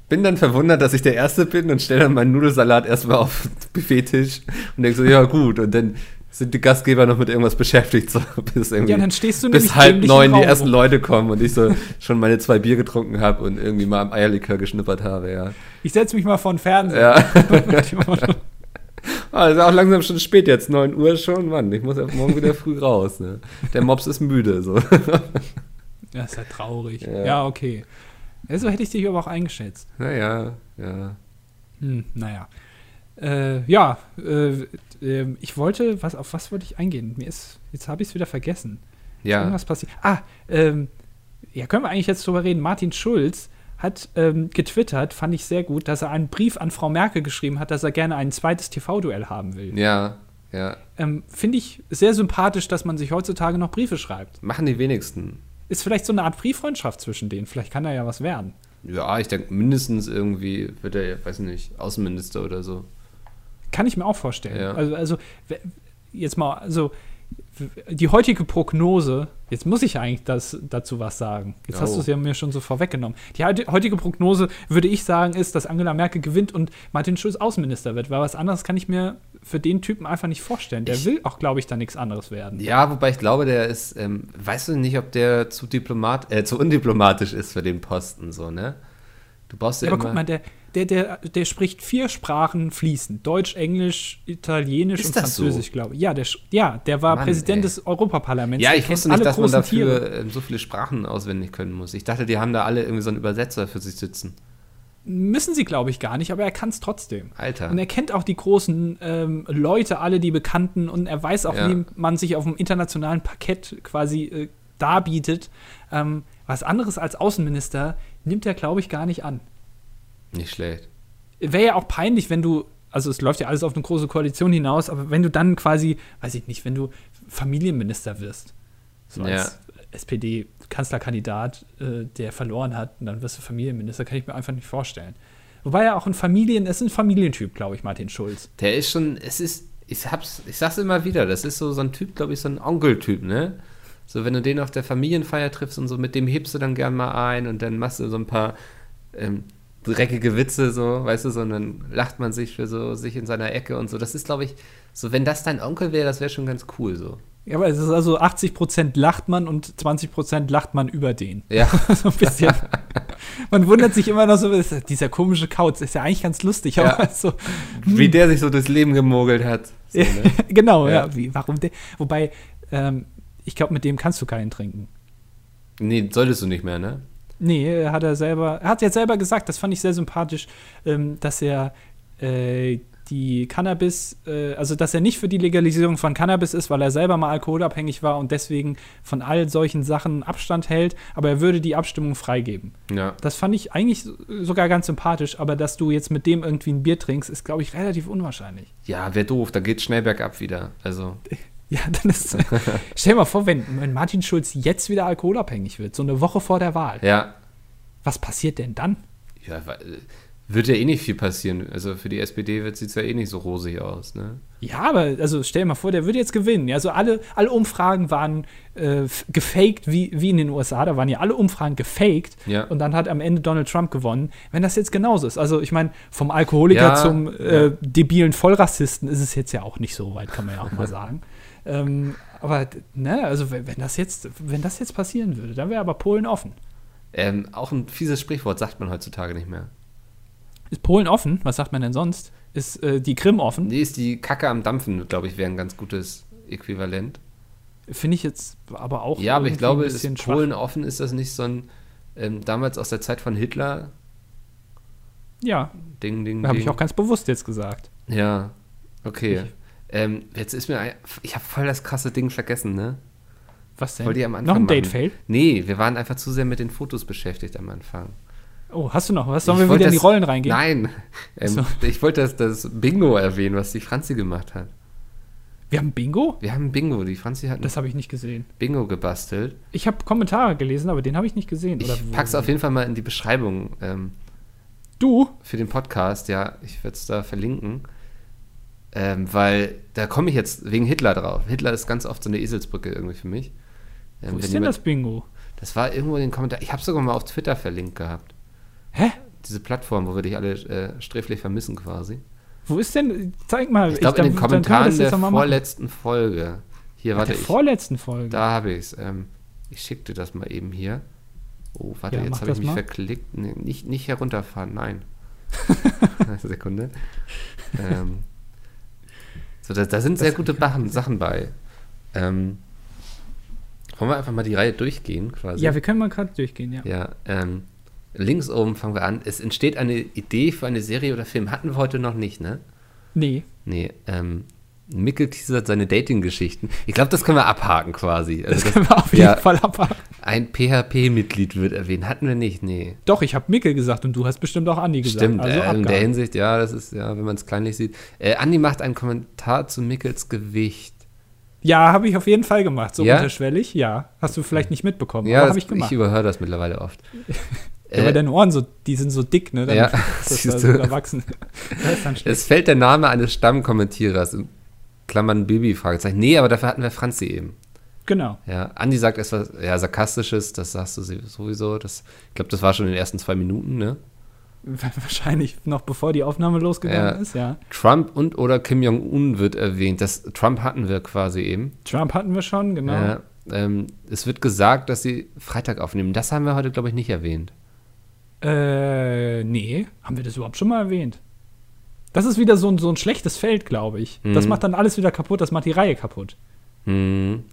B: bin dann verwundert, dass ich der Erste bin und stelle dann meinen Nudelsalat erstmal auf den Buffettisch und denke so, ja gut, und dann sind die Gastgeber noch mit irgendwas beschäftigt, so bis irgendwie
A: Ja, dann stehst du
B: bis
A: nämlich
B: halb
A: dämlich
B: neun
A: im
B: die
A: Raum
B: ersten
A: rum.
B: Leute kommen und ich so schon meine zwei Bier getrunken habe und irgendwie mal am Eierlikör geschnippert habe, ja.
A: Ich setze mich mal vor den Fernseher.
B: Ja. Ah, ist auch langsam schon spät jetzt, 9 Uhr schon, Mann, ich muss ja morgen wieder früh raus, ne. Der Mops ist müde, so.
A: das ist ja traurig.
B: Ja.
A: Ja, okay. Ja, so hätte ich dich aber auch eingeschätzt.
B: Naja, ja.
A: Hm, naja. Äh, ja, äh, ähm, ich wollte, was, auf was wollte ich eingehen? Mir ist, jetzt habe ich es wieder vergessen.
B: Ja.
A: Irgendwas passiert. Ah, ähm, ja, können wir eigentlich jetzt drüber reden. Martin Schulz hat ähm, getwittert, fand ich sehr gut, dass er einen Brief an Frau Merkel geschrieben hat, dass er gerne ein zweites TV-Duell haben will.
B: Ja, ja.
A: Ähm, Finde ich sehr sympathisch, dass man sich heutzutage noch Briefe schreibt.
B: Machen die wenigsten.
A: Ist vielleicht so eine Art Brieffreundschaft zwischen denen. Vielleicht kann da ja was werden.
B: Ja, ich denke, mindestens irgendwie wird er, weiß nicht, Außenminister oder so.
A: Kann ich mir auch vorstellen.
B: Ja.
A: Also, also w- jetzt mal, also w- die heutige Prognose, jetzt muss ich eigentlich das, dazu was sagen. Jetzt
B: Oh.
A: hast du es ja mir schon so vorweggenommen. Die heut- heutige Prognose, würde ich sagen, ist, dass Angela Merkel gewinnt und Martin Schulz Außenminister wird, weil was anderes kann ich mir für den Typen einfach nicht vorstellen. Der
B: Ich-
A: will auch, glaube ich, da nichts anderes werden.
B: Ja, wobei ich glaube, der ist, ähm, weißt du nicht, ob der zu diplomat, äh, zu undiplomatisch ist für den Posten, so, ne? Du brauchst ja,
A: Aber
B: immer.
A: guck mal, der, der, der, der spricht vier Sprachen fließend. Deutsch, Englisch, Italienisch
B: Ist
A: und
B: das so?
A: Französisch, glaube ich. Ja, der, sch- ja, der war
B: Mann,
A: Präsident
B: ey.
A: des Europaparlaments.
B: ja,
A: Der
B: ich
A: kennt
B: wusste nicht,
A: alle
B: dass man
A: großen Tiere.
B: dafür ähm, so viele Sprachen auswendig können muss. Ich dachte, die haben da alle irgendwie so einen Übersetzer für sich sitzen.
A: Müssen sie, glaube ich, gar nicht, aber er kann es trotzdem.
B: Alter.
A: Und er kennt auch die großen ähm, Leute, alle die Bekannten, und er weiß auch,
B: Ja.
A: wie man sich auf dem internationalen Parkett quasi äh, darbietet. Ähm, was anderes als Außenminister nimmt er, glaube ich, gar nicht an.
B: Nicht schlecht.
A: Wäre ja auch peinlich, wenn du, also es läuft ja alles auf eine große Koalition hinaus, aber wenn du dann quasi, weiß ich nicht, wenn du Familienminister wirst, so als SPD-Kanzlerkandidat, äh, der verloren hat, und dann wirst du Familienminister, kann ich mir einfach nicht vorstellen. Wobei ja auch ein Familien, es ist ein Familientyp, glaube ich, Martin Schulz.
B: Der ist schon, es ist, ich hab's, ich sag's immer wieder, das ist so, so ein Typ, glaube ich, so ein Onkeltyp, ne? So, wenn du den auf der Familienfeier triffst und so, mit dem hebst du dann gern mal ein und dann machst du so ein paar ähm, dreckige Witze, so, weißt du, so, und dann lacht man sich für so sich in seiner Ecke und so. Das ist, glaube ich, so, wenn das dein Onkel wäre, das wäre schon ganz cool, so.
A: Ja, aber es ist also 80% lacht man und 20% lacht man über den.
B: Ja.
A: so ein bisschen. Man wundert sich immer noch so, ist, dieser komische Kauz ist ja eigentlich ganz lustig,
B: Ja.
A: aber so,
B: Wie der sich so durchs Leben gemogelt hat. So, ne?
A: genau, ja.
B: Ja.
A: Wie, warum der? Wobei, ähm, ich glaube, mit dem kannst du keinen trinken.
B: Nee, solltest du nicht mehr, ne?
A: Nee, hat er selber, er hat jetzt selber gesagt, das fand ich sehr sympathisch, ähm, dass er äh, die Cannabis, äh, also dass er nicht für die Legalisierung von Cannabis ist, weil er selber mal alkoholabhängig war und deswegen von all solchen Sachen Abstand hält, aber er würde die Abstimmung freigeben.
B: Ja.
A: Das fand ich eigentlich so- sogar ganz sympathisch, aber dass du jetzt mit dem irgendwie ein Bier trinkst, ist, glaube ich, relativ unwahrscheinlich.
B: Ja, wäre doof, da geht's schnell bergab wieder. Also,
A: Ja, dann ist. stell dir mal vor, wenn, wenn Martin Schulz jetzt wieder alkoholabhängig wird, so eine Woche vor der Wahl,
B: ja.
A: was passiert denn dann?
B: Ja, wa- wird ja eh nicht viel passieren. Also für die SPD sieht es ja eh nicht so rosig aus, ne?
A: Ja, aber also stell dir mal vor, der würde jetzt gewinnen. Ja, also alle, alle Umfragen waren äh, f- gefaked, wie, wie in den USA. Da waren ja alle Umfragen gefaked.
B: Ja.
A: Und dann hat am Ende Donald Trump gewonnen. Wenn das jetzt genauso ist, also ich meine, vom Alkoholiker
B: Ja,
A: zum äh,
B: ja.
A: debilen Vollrassisten ist es jetzt ja auch nicht so weit, kann man ja auch mal sagen. Ähm, aber ne, also wenn wenn das jetzt, wenn das jetzt passieren würde, dann wäre aber Polen offen.
B: Ähm, auch ein fieses Sprichwort sagt man heutzutage nicht mehr.
A: Ist Polen offen? Was sagt man denn sonst? Ist äh, die Krim offen?
B: Nee, ist die Kacke am Dampfen, glaube ich, wäre ein ganz gutes Äquivalent.
A: Finde ich jetzt aber auch.
B: Ja, aber ich
A: irgendwie
B: glaube,
A: ein
B: ist
A: bisschen schwach.
B: Polen offen ist das nicht so ein ähm, damals aus der Zeit von Hitler.
A: Ja,
B: Ding, ding,
A: habe
B: ding.
A: ich auch ganz bewusst jetzt gesagt.
B: ja, okay. Ähm, jetzt ist mir ein, ich habe voll das krasse Ding vergessen, ne?
A: Was denn?
B: Wollt ihr am Anfang
A: noch ein
B: machen?
A: Date-Fail?
B: Nee, wir waren einfach zu sehr mit den Fotos beschäftigt am Anfang.
A: Oh, hast du noch was? Sollen
B: Ich
A: wir
B: wollte
A: wieder in die
B: das-
A: Rollen reingehen?
B: Nein, ähm,
A: So.
B: ich wollte das, das Bingo erwähnen, was die Franzi gemacht hat.
A: Wir haben Bingo?
B: Wir haben ein Bingo, die Franzi hat ein
A: Das habe ich nicht gesehen.
B: Bingo gebastelt.
A: Ich habe Kommentare gelesen, aber den habe ich nicht gesehen. Oder
B: Ich pack's auf jeden Fall mal in die Beschreibung ähm,
A: Du?
B: für den Podcast, ja, ich werde es da verlinken. Ähm, weil da komme ich jetzt wegen Hitler drauf. Hitler ist ganz oft so eine Eselsbrücke irgendwie für mich. Ähm,
A: Wo
B: wenn
A: ist denn
B: jemand-
A: das Bingo?
B: Das war irgendwo in den Kommentaren. Ich habe sogar mal auf Twitter verlinkt gehabt.
A: Hä?
B: Diese Plattform, wo wir dich alle äh, sträflich vermissen quasi.
A: Wo ist denn? Zeig mal.
B: Ich glaube,
A: dann- dann können
B: in den
A: wir
B: Kommentaren
A: das jetzt
B: der
A: noch mal machen.
B: vorletzten Folge. Hier, warte,
A: der
B: ich,
A: vorletzten Folge.
B: da habe ich es. Ähm, ich schicke dir das mal eben hier. Oh, warte,
A: Ja, mach
B: jetzt habe ich
A: das
B: mich
A: mal.
B: verklickt. Nee, nicht, nicht herunterfahren, nein. Sekunde. ähm, so, da, da sind sehr gute Sachen, Sachen bei. Ähm, wollen wir einfach mal die Reihe durchgehen quasi?
A: ja, wir können mal gerade durchgehen, ja.
B: Ja, ähm, links oben fangen wir an. Es entsteht eine Idee für eine Serie oder Film. Hatten wir heute noch nicht, ne?
A: Nee.
B: Nee, ähm, Mikkel teasert seine Dating-Geschichten. Ich glaube, das können wir abhaken quasi. Also
A: Das
B: das
A: können wir auf jeden
B: ja.
A: Fall abhaken.
B: ein PHP-Mitglied wird erwähnt. Hatten wir nicht, nee.
A: Doch, ich habe Mickel gesagt und du hast bestimmt auch Andi gesagt.
B: Stimmt,
A: also
B: äh, in der
A: abgehakt.
B: Hinsicht, ja, das ist, ja, wenn man es kleinlich sieht. Äh, Andi macht einen Kommentar zu Mickels Gewicht.
A: Ja, habe ich auf jeden Fall gemacht, so
B: Ja?
A: unterschwellig. Ja, hast du vielleicht nicht mitbekommen,
B: Ja,
A: aber
B: das-
A: habe ich gemacht.
B: ich überhöre das mittlerweile oft.
A: ja, weil
B: äh,
A: deine Ohren so, die sind so dick, ne? Dann
B: Ja,
A: das
B: siehst
A: ist
B: du.
A: erwachsen. Das ist dann schlecht.
B: es fällt der Name eines Stammkommentierers, in Klammern Bibi, Fragezeichen. Nee, aber dafür hatten wir Franzi eben.
A: Genau.
B: Ja, Andi sagt etwas ja, Sarkastisches, das sagst du sowieso. Das, ich glaube, das war schon in den ersten zwei Minuten, ne?
A: Wahrscheinlich noch bevor die Aufnahme losgegangen
B: Ja.
A: ist, ja.
B: Trump und oder Kim Jong-un wird erwähnt. Das Trump hatten wir quasi eben.
A: Trump hatten wir schon, genau.
B: Ja, ähm, es wird gesagt, dass sie Freitag aufnehmen. Das haben wir heute, glaube ich, nicht erwähnt.
A: Äh, nee. Haben wir das überhaupt schon mal erwähnt? Das ist wieder so ein, so ein schlechtes Feld, glaube ich. Das
B: Mhm.
A: macht dann alles wieder kaputt, das macht die Reihe kaputt. Mhm.
B: Hm.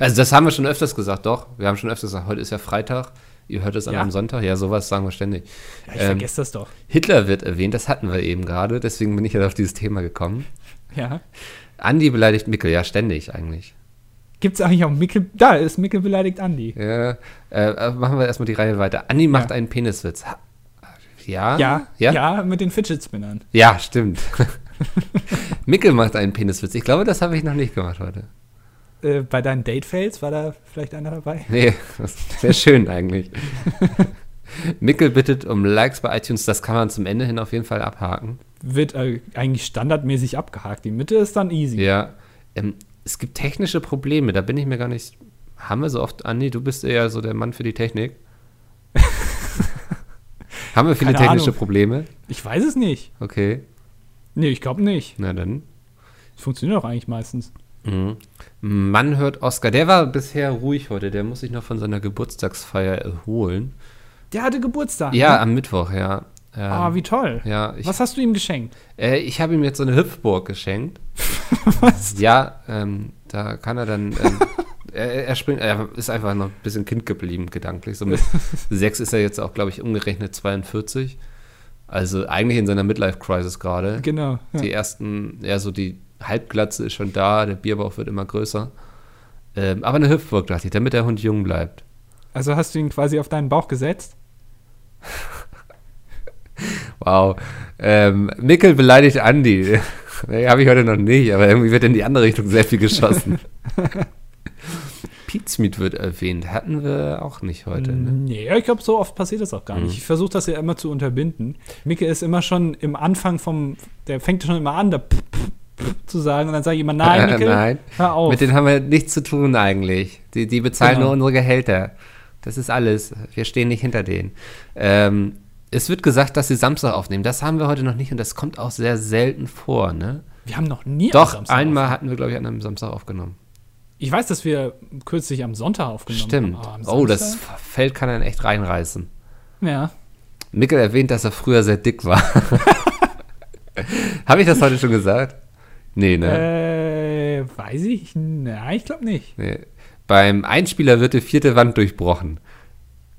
B: Also das haben wir schon öfters gesagt, doch. Wir haben schon öfters gesagt, heute ist ja Freitag. Ihr hört es an
A: Ja.
B: einem Sonntag. Ja, sowas sagen wir ständig.
A: Ja, ich
B: Ähm,
A: vergesse das doch.
B: Hitler wird erwähnt, das hatten wir eben gerade. Deswegen bin ich ja auf dieses Thema gekommen.
A: Ja.
B: Andi beleidigt Mickel, ja, ständig eigentlich.
A: Gibt's eigentlich auch Mickel? Da ist Mickel beleidigt Andi.
B: Ja, äh, machen wir erstmal die Reihe weiter. Andi macht einen Peniswitz. Ha- Ja?
A: Ja,
B: Ah, Ja?
A: ja, mit den Fidget Spinnern.
B: Ja, stimmt. Mickel macht einen Peniswitz. Ich glaube, das habe ich noch nicht gemacht heute.
A: Äh, bei deinen Date-Fails war da vielleicht einer dabei.
B: Nee, das wäre schön eigentlich. Mickel bittet um Likes bei iTunes. Das kann man zum Ende hin auf jeden Fall abhaken.
A: Wird äh, eigentlich standardmäßig abgehakt. Die Mitte ist dann easy.
B: Ja. Ähm, es gibt technische Probleme. Da bin ich mir gar nicht. Haben wir so oft, Andi? Du bist eher so der Mann für die Technik. haben wir viele
A: Keine
B: technische
A: Ahnung.
B: Probleme?
A: Ich weiß es nicht.
B: Okay,
A: Nee, ich glaube nicht.
B: na dann.
A: Es funktioniert doch eigentlich meistens.
B: Mhm. Mann hört Oscar. Der war bisher ruhig heute. Der muss sich noch von seiner Geburtstagsfeier erholen.
A: Der hatte Geburtstag.
B: Ja,
A: ne?
B: am Mittwoch, ja. Ähm,
A: Ah, wie toll.
B: ja, ich,
A: Was hast du ihm geschenkt?
B: äh, ich habe ihm jetzt so eine Hüpfburg geschenkt. Was? Ja, ähm, da kann er dann. Ähm, er, er springt, er ist einfach noch ein bisschen Kind geblieben, gedanklich. So mit sechs ist er jetzt auch, glaube ich, umgerechnet 42. Also eigentlich in seiner Midlife-Crisis gerade.
A: Genau. Ja.
B: Die ersten, ja, so die Halbglatze ist schon da, der Bierbauch wird immer größer. Ähm, aber eine Hüpfburg, dachte ich, damit der Hund jung bleibt.
A: Also hast du ihn quasi auf deinen Bauch gesetzt?
B: Wow. Ähm, Mickel beleidigt Andi. nee, habe ich heute noch nicht, aber irgendwie wird in die andere Richtung sehr viel geschossen. Pizmeet wird erwähnt. Hatten wir auch nicht heute. Ne?
A: Mm,
B: Mhm.
A: Nee, ich glaube, so oft passiert das auch gar nicht. Ich versuche das ja immer zu unterbinden. Micke ist immer schon im Anfang vom, der fängt schon immer an, da pf, pf, pf zu sagen und dann sage ich immer, nein, Micke,
B: Nein.
A: hör auf.
B: Mit denen haben wir nichts zu tun eigentlich. Die, die bezahlen
A: Genau.
B: nur unsere Gehälter. Das ist alles. Wir stehen nicht hinter denen. Ähm, es wird gesagt, dass sie Samstag aufnehmen. Das haben wir heute noch nicht und das kommt auch sehr selten vor. Ne?
A: Wir haben noch nie am
B: Doch,
A: Samstag
B: einmal
A: aufgenommen.
B: hatten wir, glaube ich, an einem Samstag aufgenommen.
A: Ich weiß, dass wir kürzlich am Sonntag aufgenommen
B: Stimmt.
A: haben. aber am
B: Oh, das
A: Samstag?
B: Feld kann einen echt reinreißen.
A: Ja.
B: Mickel erwähnt, dass er früher sehr dick war. Habe ich das heute schon gesagt? Nee, ne?
A: Äh, weiß ich? Nein, ich glaube nicht.
B: nee. Beim Einspieler wird die vierte Wand durchbrochen.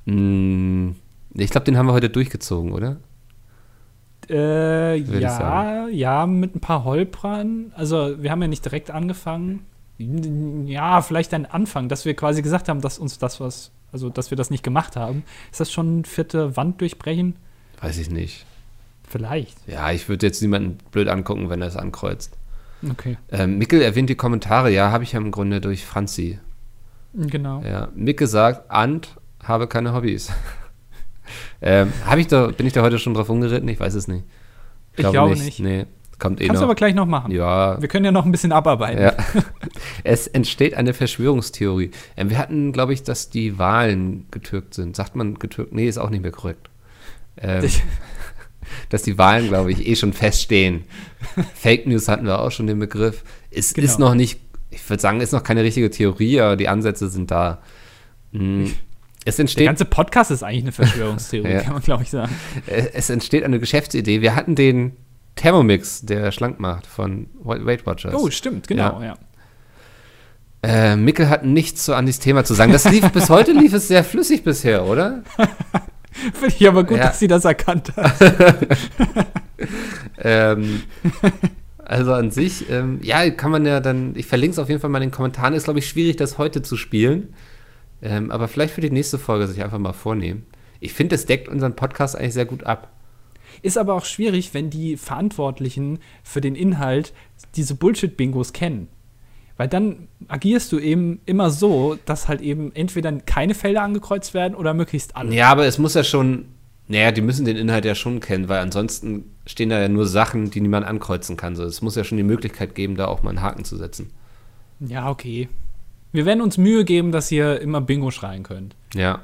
B: Mm, Ich glaube, den haben wir heute durchgezogen, oder?
A: Äh,
B: Würde ich
A: ja,
B: sagen.
A: ja, mit ein paar Holpern. Also, wir haben ja nicht direkt angefangen. Ja, vielleicht ein Anfang, dass wir quasi gesagt haben, dass uns das was, also dass wir das nicht gemacht haben. Ist das schon vierte Wand durchbrechen?
B: Weiß ich nicht.
A: Vielleicht.
B: Ja, ich würde jetzt niemanden blöd angucken, wenn er es ankreuzt.
A: Okay,
B: Ähm, Mikkel erwähnt die Kommentare, ja, habe ich ja im Grunde durch Franzi.
A: genau.
B: Ja, Micke sagt, Ant habe keine Hobbys. ähm, hab ich da, bin ich da heute schon drauf umgeritten? Ich weiß es nicht.
A: Ich glaube nicht.
B: Nee, kommt eh
A: Kannst du
B: noch.
A: aber gleich noch machen.
B: ja,
A: Wir können ja noch ein bisschen abarbeiten.
B: ja. es entsteht eine Verschwörungstheorie. Ähm, wir hatten, glaube ich, dass die Wahlen getürkt sind. Sagt man getürkt? Nee, ist auch nicht mehr korrekt. Ähm,
A: Ich-
B: dass die Wahlen, glaube ich, eh schon feststehen. Fake News hatten wir auch schon den Begriff. Es
A: Genau.
B: ist noch nicht, ich würde sagen, ist noch keine richtige Theorie, aber die Ansätze sind da. Mm. Es
A: Der
B: entsteht,
A: ganze Podcast ist eigentlich eine Verschwörungstheorie,
B: Ja.
A: kann man, glaube ich, sagen.
B: äh, es entsteht eine Geschäftsidee. Wir hatten den Thermomix, der schlank macht, von Weight Watchers.
A: Oh, stimmt, genau, ja.
B: Äh, Mickel hat nichts zu Andis Thema zu sagen. Das lief bis heute lief es sehr flüssig bisher, oder?
A: Finde ich aber gut,
B: Ja.
A: dass sie das erkannt hat.
B: Ähm, also an sich, ähm, ja, kann man ja dann, ich verlinke es auf jeden Fall mal in den Kommentaren. Ist, glaube ich, schwierig, das heute zu spielen. Ähm, aber vielleicht für die nächste Folge sich einfach mal vornehmen. Ich finde, es deckt unseren Podcast eigentlich sehr gut ab.
A: Ist aber auch schwierig, wenn die Verantwortlichen für den Inhalt diese Bullshit-Bingos kennen. Weil dann agierst du eben immer so, dass halt eben entweder keine Felder angekreuzt werden oder möglichst alle.
B: Ja, aber es muss ja schon, naja, die müssen den Inhalt ja schon kennen, weil ansonsten stehen da ja nur Sachen, die niemand ankreuzen kann. So, es muss ja schon die Möglichkeit geben, da auch mal einen Haken zu setzen.
A: Ja, okay. Wir werden uns Mühe geben, dass ihr immer Bingo schreien könnt.
B: Ja.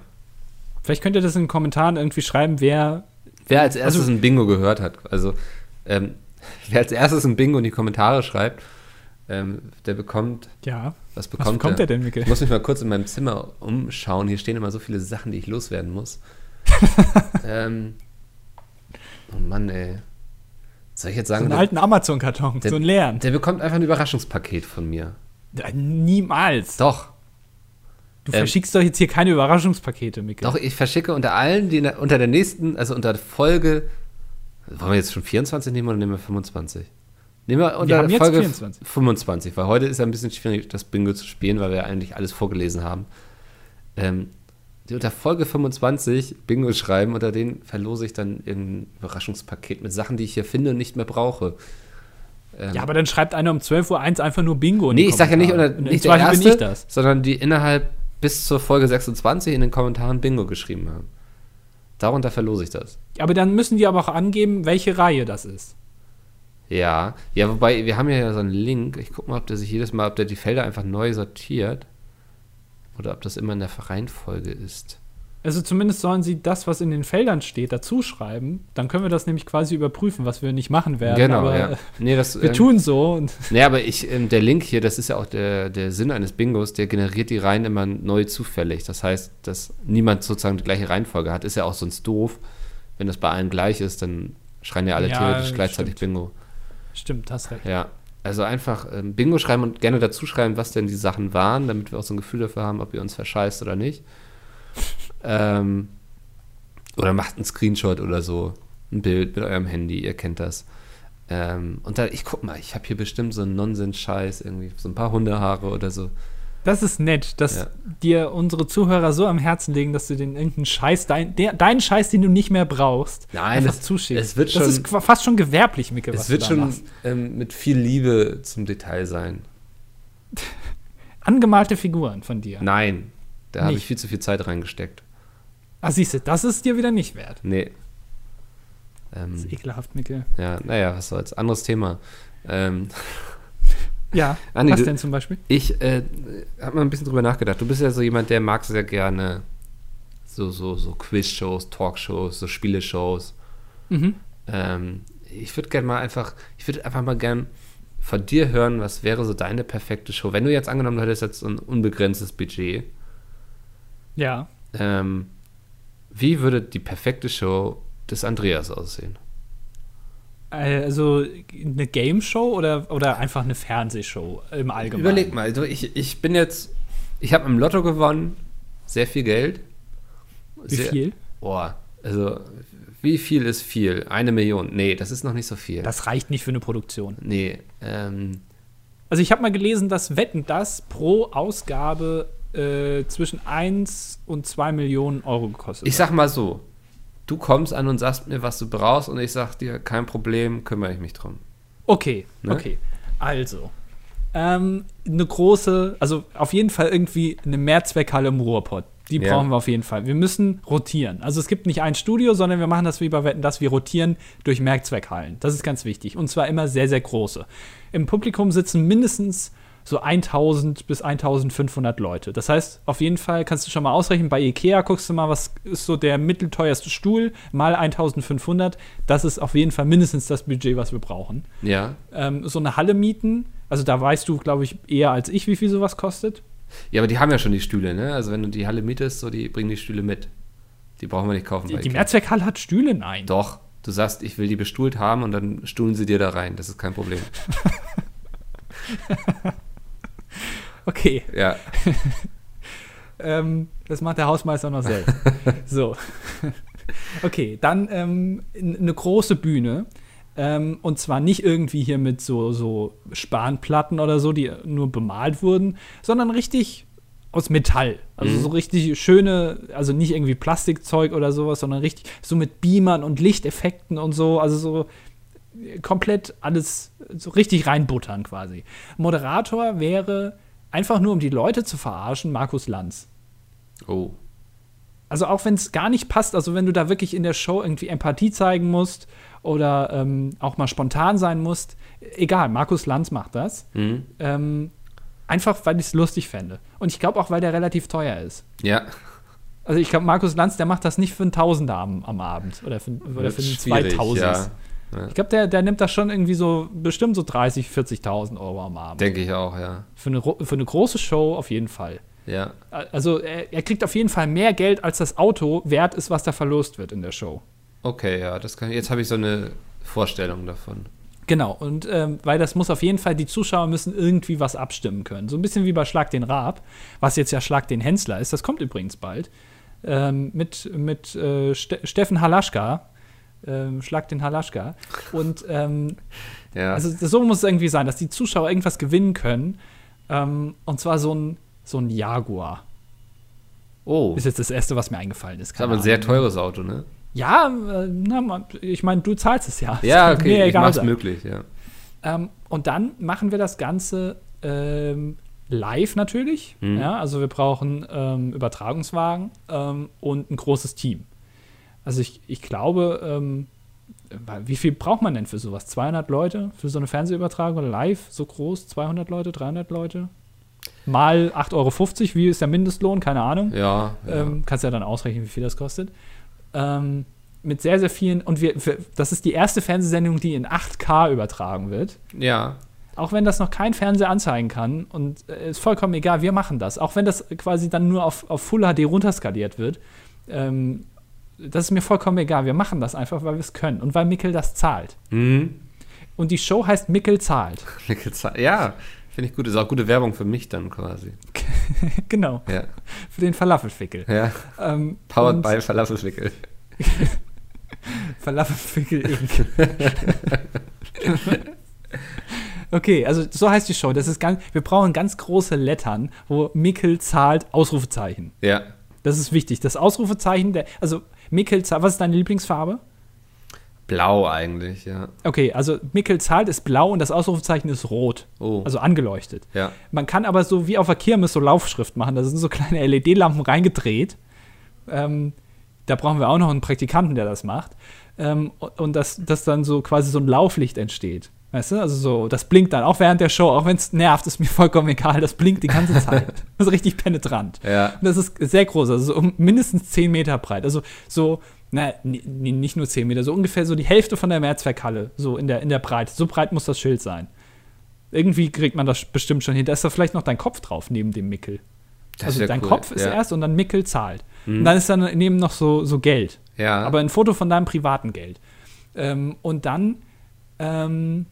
A: Vielleicht könnt ihr das in den Kommentaren irgendwie schreiben, wer.
B: Wer als erstes ein Bingo gehört hat, also ähm, wer als erstes ein Bingo in die Kommentare schreibt, ähm, der bekommt
A: Ja.
B: Was bekommt,
A: Was bekommt
B: er?
A: er denn, Mikkel?
B: Ich muss mich mal kurz in meinem Zimmer umschauen. Hier stehen immer so viele Sachen, die ich loswerden muss. ähm, oh Mann, ey. Soll ich jetzt
A: So
B: sagen,
A: einen
B: der,
A: alten Amazon-Karton,
B: Also, der-
A: so einen leeren. Äh,
B: der bekommt einfach ein Überraschungspaket von mir.
A: Niemals.
B: Doch,
A: Du
B: Ähm,
A: verschickst doch jetzt hier keine Überraschungspakete, Mikkel.
B: doch, ich verschicke unter allen, die na- unter der nächsten, also unter Folge. Wollen wir jetzt schon 24 nehmen oder nehmen wir 25? Nehmen wir unter
A: haben jetzt
B: Folge
A: 24.
B: 25, weil heute ist ja ein bisschen schwierig, das Bingo zu spielen, weil wir ja eigentlich alles vorgelesen haben. Ähm, die unter Folge 25 Bingo schreiben, unter denen verlose ich dann irgendein Überraschungspaket mit Sachen, die ich hier finde und nicht mehr brauche. Ähm,
A: Ja, aber dann schreibt einer um 12.01 Uhr einfach nur Bingo. in
B: nee,
A: die
B: ich sage ja nicht, unter,
A: Kommentare. Und im
B: nicht der
A: Zweifel
B: erste,
A: bin ich das.
B: sondern die innerhalb bis zur Folge 26 in den Kommentaren Bingo geschrieben haben. Darunter verlose ich das.
A: Aber dann müssen die aber auch angeben, welche Reihe das ist.
B: Ja, ja, wobei wir haben ja so einen Link. Ich gucke mal, ob der sich jedes Mal, ob der die Felder einfach neu sortiert oder ob das immer in der Reihenfolge ist.
A: Also zumindest sollen sie das, was in den Feldern steht, dazu schreiben. Dann können wir das nämlich quasi überprüfen, was wir nicht machen werden.
B: genau,
A: aber
B: ja.
A: äh,
B: Nee, das,
A: wir
B: ähm,
A: tun so. Und
B: Nee, aber ich, ähm, der Link hier, das ist ja auch der, der Sinn eines Bingos, der generiert die Reihen immer neu zufällig. Das heißt, dass niemand sozusagen die gleiche Reihenfolge hat. Ist ja auch sonst doof. Wenn das bei allen gleich ist, dann schreien ja alle
A: Ja,
B: theoretisch gleichzeitig
A: stimmt.
B: Bingo.
A: Stimmt, hast recht.
B: Ja. Also einfach ähm, Bingo schreiben und gerne dazu schreiben, was denn die Sachen waren, damit wir auch so ein Gefühl dafür haben, ob ihr uns verscheißt oder nicht. ähm, oder macht einen Screenshot oder so. Ein Bild mit eurem Handy, ihr kennt das. Ähm, und da, ich guck mal, ich habe hier bestimmt so einen Nonsens-Scheiß, irgendwie so ein paar Hundehaare oder so.
A: Das ist nett, dass
B: Ja.
A: dir unsere Zuhörer so am Herzen liegen, dass du den irgendeinen Scheiß, dein, der, deinen Scheiß, den du nicht mehr brauchst,
B: Nein,
A: einfach
B: es-
A: zuschickst.
B: es wird
A: das
B: schon-
A: ist qua- fast schon gewerblich, Micke, was
B: es wird
A: du da
B: schon
A: machst.
B: ähm, mit viel Liebe zum Detail sein.
A: Angemalte Figuren von dir.
B: Nein, da habe ich
A: Nicht.
B: viel zu viel Zeit reingesteckt.
A: Ah, siehst du, das ist dir wieder nicht wert.
B: Nee. Ähm,
A: Das ist ekelhaft, Mickel.
B: Ja, naja, was soll's. Anderes Thema. Ähm,
A: Ja,
B: Andi,
A: was
B: Ah, du-
A: denn zum Beispiel?
B: ich äh, habe mal ein bisschen drüber nachgedacht. Du bist ja so jemand, der mag sehr gerne so, so, so Quiz-Shows, Talkshows, so Spieleshows.
A: Mhm.
B: Ähm, ich würde gerne mal einfach, ich würde einfach mal gern von dir hören, was wäre so deine perfekte Show? Wenn du jetzt angenommen hättest, jetzt so ein unbegrenztes Budget,
A: Ja.
B: ähm, wie würde die perfekte Show des Andreas aussehen?
A: Also eine Game Show oder, oder einfach eine Fernsehshow im Allgemeinen?
B: Überleg mal, also ich, ich bin jetzt, ich habe im Lotto gewonnen, sehr viel Geld.
A: Wie
B: sehr-
A: viel?
B: Boah, also wie viel ist viel? Eine Million. Nee, das ist noch nicht so viel.
A: Das reicht nicht für eine Produktion.
B: nee, ähm,
A: Also ich habe mal gelesen, dass Wetten das pro Ausgabe äh, zwischen 1 und 2 Millionen Euro gekostet
B: ich sag mal so, du kommst an und sagst mir, was du brauchst und ich sag dir, kein Problem, kümmere ich mich drum.
A: Okay,
B: Ne?
A: okay. Also, ähm, eine große, also auf jeden Fall irgendwie eine Mehrzweckhalle im Ruhrpott. Die
B: Ja.
A: brauchen wir auf jeden Fall. Wir müssen rotieren. Also es gibt nicht ein Studio, sondern wir machen das wie bei Wetten, dass wir rotieren durch Mehrzweckhallen. Das ist ganz wichtig. Und zwar immer sehr, sehr große. Im Publikum sitzen mindestens so 1000 bis 1500 Leute. Das heißt, auf jeden Fall kannst du schon mal ausrechnen, bei Ikea guckst du mal, was ist so der mittelteuerste Stuhl mal 1500. Das ist auf jeden Fall mindestens das Budget, was wir brauchen
B: Ja.
A: ähm, so eine Halle mieten. Also da weißt du, glaube ich, eher als ich, wie viel sowas kostet.
B: Ja, aber die haben ja schon die Stühle, ne? Also wenn du die Halle mietest, so die bringen die Stühle mit. Die brauchen wir nicht kaufen.
A: Die,
B: bei
A: die
B: Ikea.
A: Mehrzweckhalle hat Stühle, nein.
B: Doch, du sagst, ich will die bestuhlt haben und dann stuhlen sie dir da rein. Das ist kein Problem.
A: Okay,
B: Ja,
A: ähm, das macht der Hausmeister noch selbst. so. Okay, dann ähm, n- eine große Bühne. Ähm, und zwar nicht irgendwie hier mit so, so Spanplatten oder so, die nur bemalt wurden, sondern richtig aus Metall. Also so richtig schöne, also nicht irgendwie Plastikzeug oder sowas, sondern richtig so mit Beamern und Lichteffekten und so. Also so äh, komplett alles so richtig reinbuttern quasi. Moderator wäre einfach nur, um die Leute zu verarschen, Markus Lanz.
B: oh.
A: Also auch wenn es gar nicht passt, also wenn du da wirklich in der Show irgendwie Empathie zeigen musst oder ähm, auch mal spontan sein musst, egal, Markus Lanz macht das.
B: Mhm.
A: Ähm, einfach, weil ich es lustig fände. Und ich glaube auch, weil der relativ teuer ist.
B: Ja,
A: Also ich glaube, Markus Lanz, der macht das nicht für einen Tausender am, am Abend oder für, oder für einen
B: ist schwierig,
A: 2000.
B: ja.
A: Ich glaube, der, der nimmt das schon irgendwie so bestimmt so 30, 40.000 Euro am Abend.
B: Denke ich auch, ja.
A: Für eine, Ro- für eine große Show auf jeden Fall.
B: Ja.
A: A- Also er, er kriegt auf jeden Fall mehr Geld, als das Auto wert ist, was da verlost wird in der Show.
B: Okay, ja, das kann Jetzt habe ich so eine Vorstellung davon.
A: Genau, und ähm, weil das muss auf jeden Fall, die Zuschauer müssen irgendwie was abstimmen können. So ein bisschen wie bei Schlag den Raab, was jetzt ja Schlag den Hensler ist, das kommt übrigens bald. Ähm, mit mit äh, Ste Steffen Halaschka, ähm, Schlag den Halaschka. Und ähm,
B: Ja.
A: Also so muss es irgendwie sein, dass die Zuschauer irgendwas gewinnen können. Ähm, und zwar so ein, so ein Jaguar.
B: oh.
A: Ist
B: Ist,
A: jetzt das Erste, was mir eingefallen ist.
B: aber ein
A: Keine
B: sehr
A: Ahnung.
B: teures Auto, ne?
A: Ja, äh, na, man- ich meine, du zahlst es ja.
B: Ja,
A: Es kann mir
B: okay, ich
A: egal also,
B: mach's
A: sein.
B: möglich, ja.
A: Ähm, und dann machen wir das Ganze ähm, live natürlich.
B: Mhm.
A: Ja, also wir brauchen ähm, Übertragungswagen ähm, und ein großes Team. Also ich, ich glaube, ähm, wie viel braucht man denn für sowas? 200 Leute für so eine Fernsehübertragung live so groß? 200 Leute, 300 Leute? Mal 8,50 Euro, wie ist der Mindestlohn? Keine Ahnung.
B: Ja, ja.
A: Ähm, kannst ja dann ausrechnen, wie viel das kostet. Ähm, mit sehr, sehr vielen. Und wir, wir, das ist die erste Fernsehsendung, die in 8K übertragen wird.
B: ja.
A: Auch wenn das noch kein Fernseher anzeigen kann. Und äh, ist vollkommen egal, wir machen das. Auch wenn das quasi dann nur auf, auf Full HD runterskaliert wird. Ähm, das ist mir vollkommen egal. Wir machen das einfach, weil wir es können. Und weil Mickel das zahlt.
B: Hm.
A: Und die Show heißt Mickel zahlt.
B: Ja, finde ich gut. Ist auch gute Werbung für mich dann quasi.
A: genau.
B: Ja.
A: Für den Falafelfickel.
B: Ja.
A: Ähm,
B: Powered
A: und-
B: by Falafelwickel.
A: Falafelfickel Inc. okay, also so heißt die Show. Das ist ganz, wir brauchen ganz große Lettern, wo Mickel zahlt Ausrufezeichen.
B: Ja.
A: Das ist wichtig. Das Ausrufezeichen, der, also Mickel zahlt, was ist deine Lieblingsfarbe?
B: Blau eigentlich, ja.
A: Okay, also Mickel zahlt ist blau und das Ausrufezeichen ist rot,
B: Oh.
A: also angeleuchtet.
B: ja.
A: Man kann aber so wie auf der Kirmes so Laufschrift machen. Da sind so kleine LED-Lampen reingedreht. Ähm, da brauchen wir auch noch einen Praktikanten, der das macht. Ähm, und und dass, dass dann so quasi so ein Lauflicht entsteht. Weißt du? Also so, das blinkt dann auch während der Show, auch wenn es nervt, ist mir vollkommen egal. Das blinkt die ganze Zeit. das ist richtig penetrant.
B: Ja.
A: Und das ist sehr groß, also so um mindestens 10 Meter breit. Also so, na, n- n- nicht nur 10 Meter, so ungefähr so die Hälfte von der Mehrzweckhalle, so in der, in der Breite. So breit muss das Schild sein. Irgendwie kriegt man das bestimmt schon hin. Da ist da vielleicht noch dein Kopf drauf neben dem Mickel.
B: Das
A: also
B: wär
A: dein
B: cool.
A: Kopf ist
B: ja. Mhm.
A: erst und dann Mickel zahlt. Und dann ist dann daneben noch so, so Geld.
B: Ja.
A: Aber ein Foto von deinem privaten Geld. Ähm, und dann, ähm,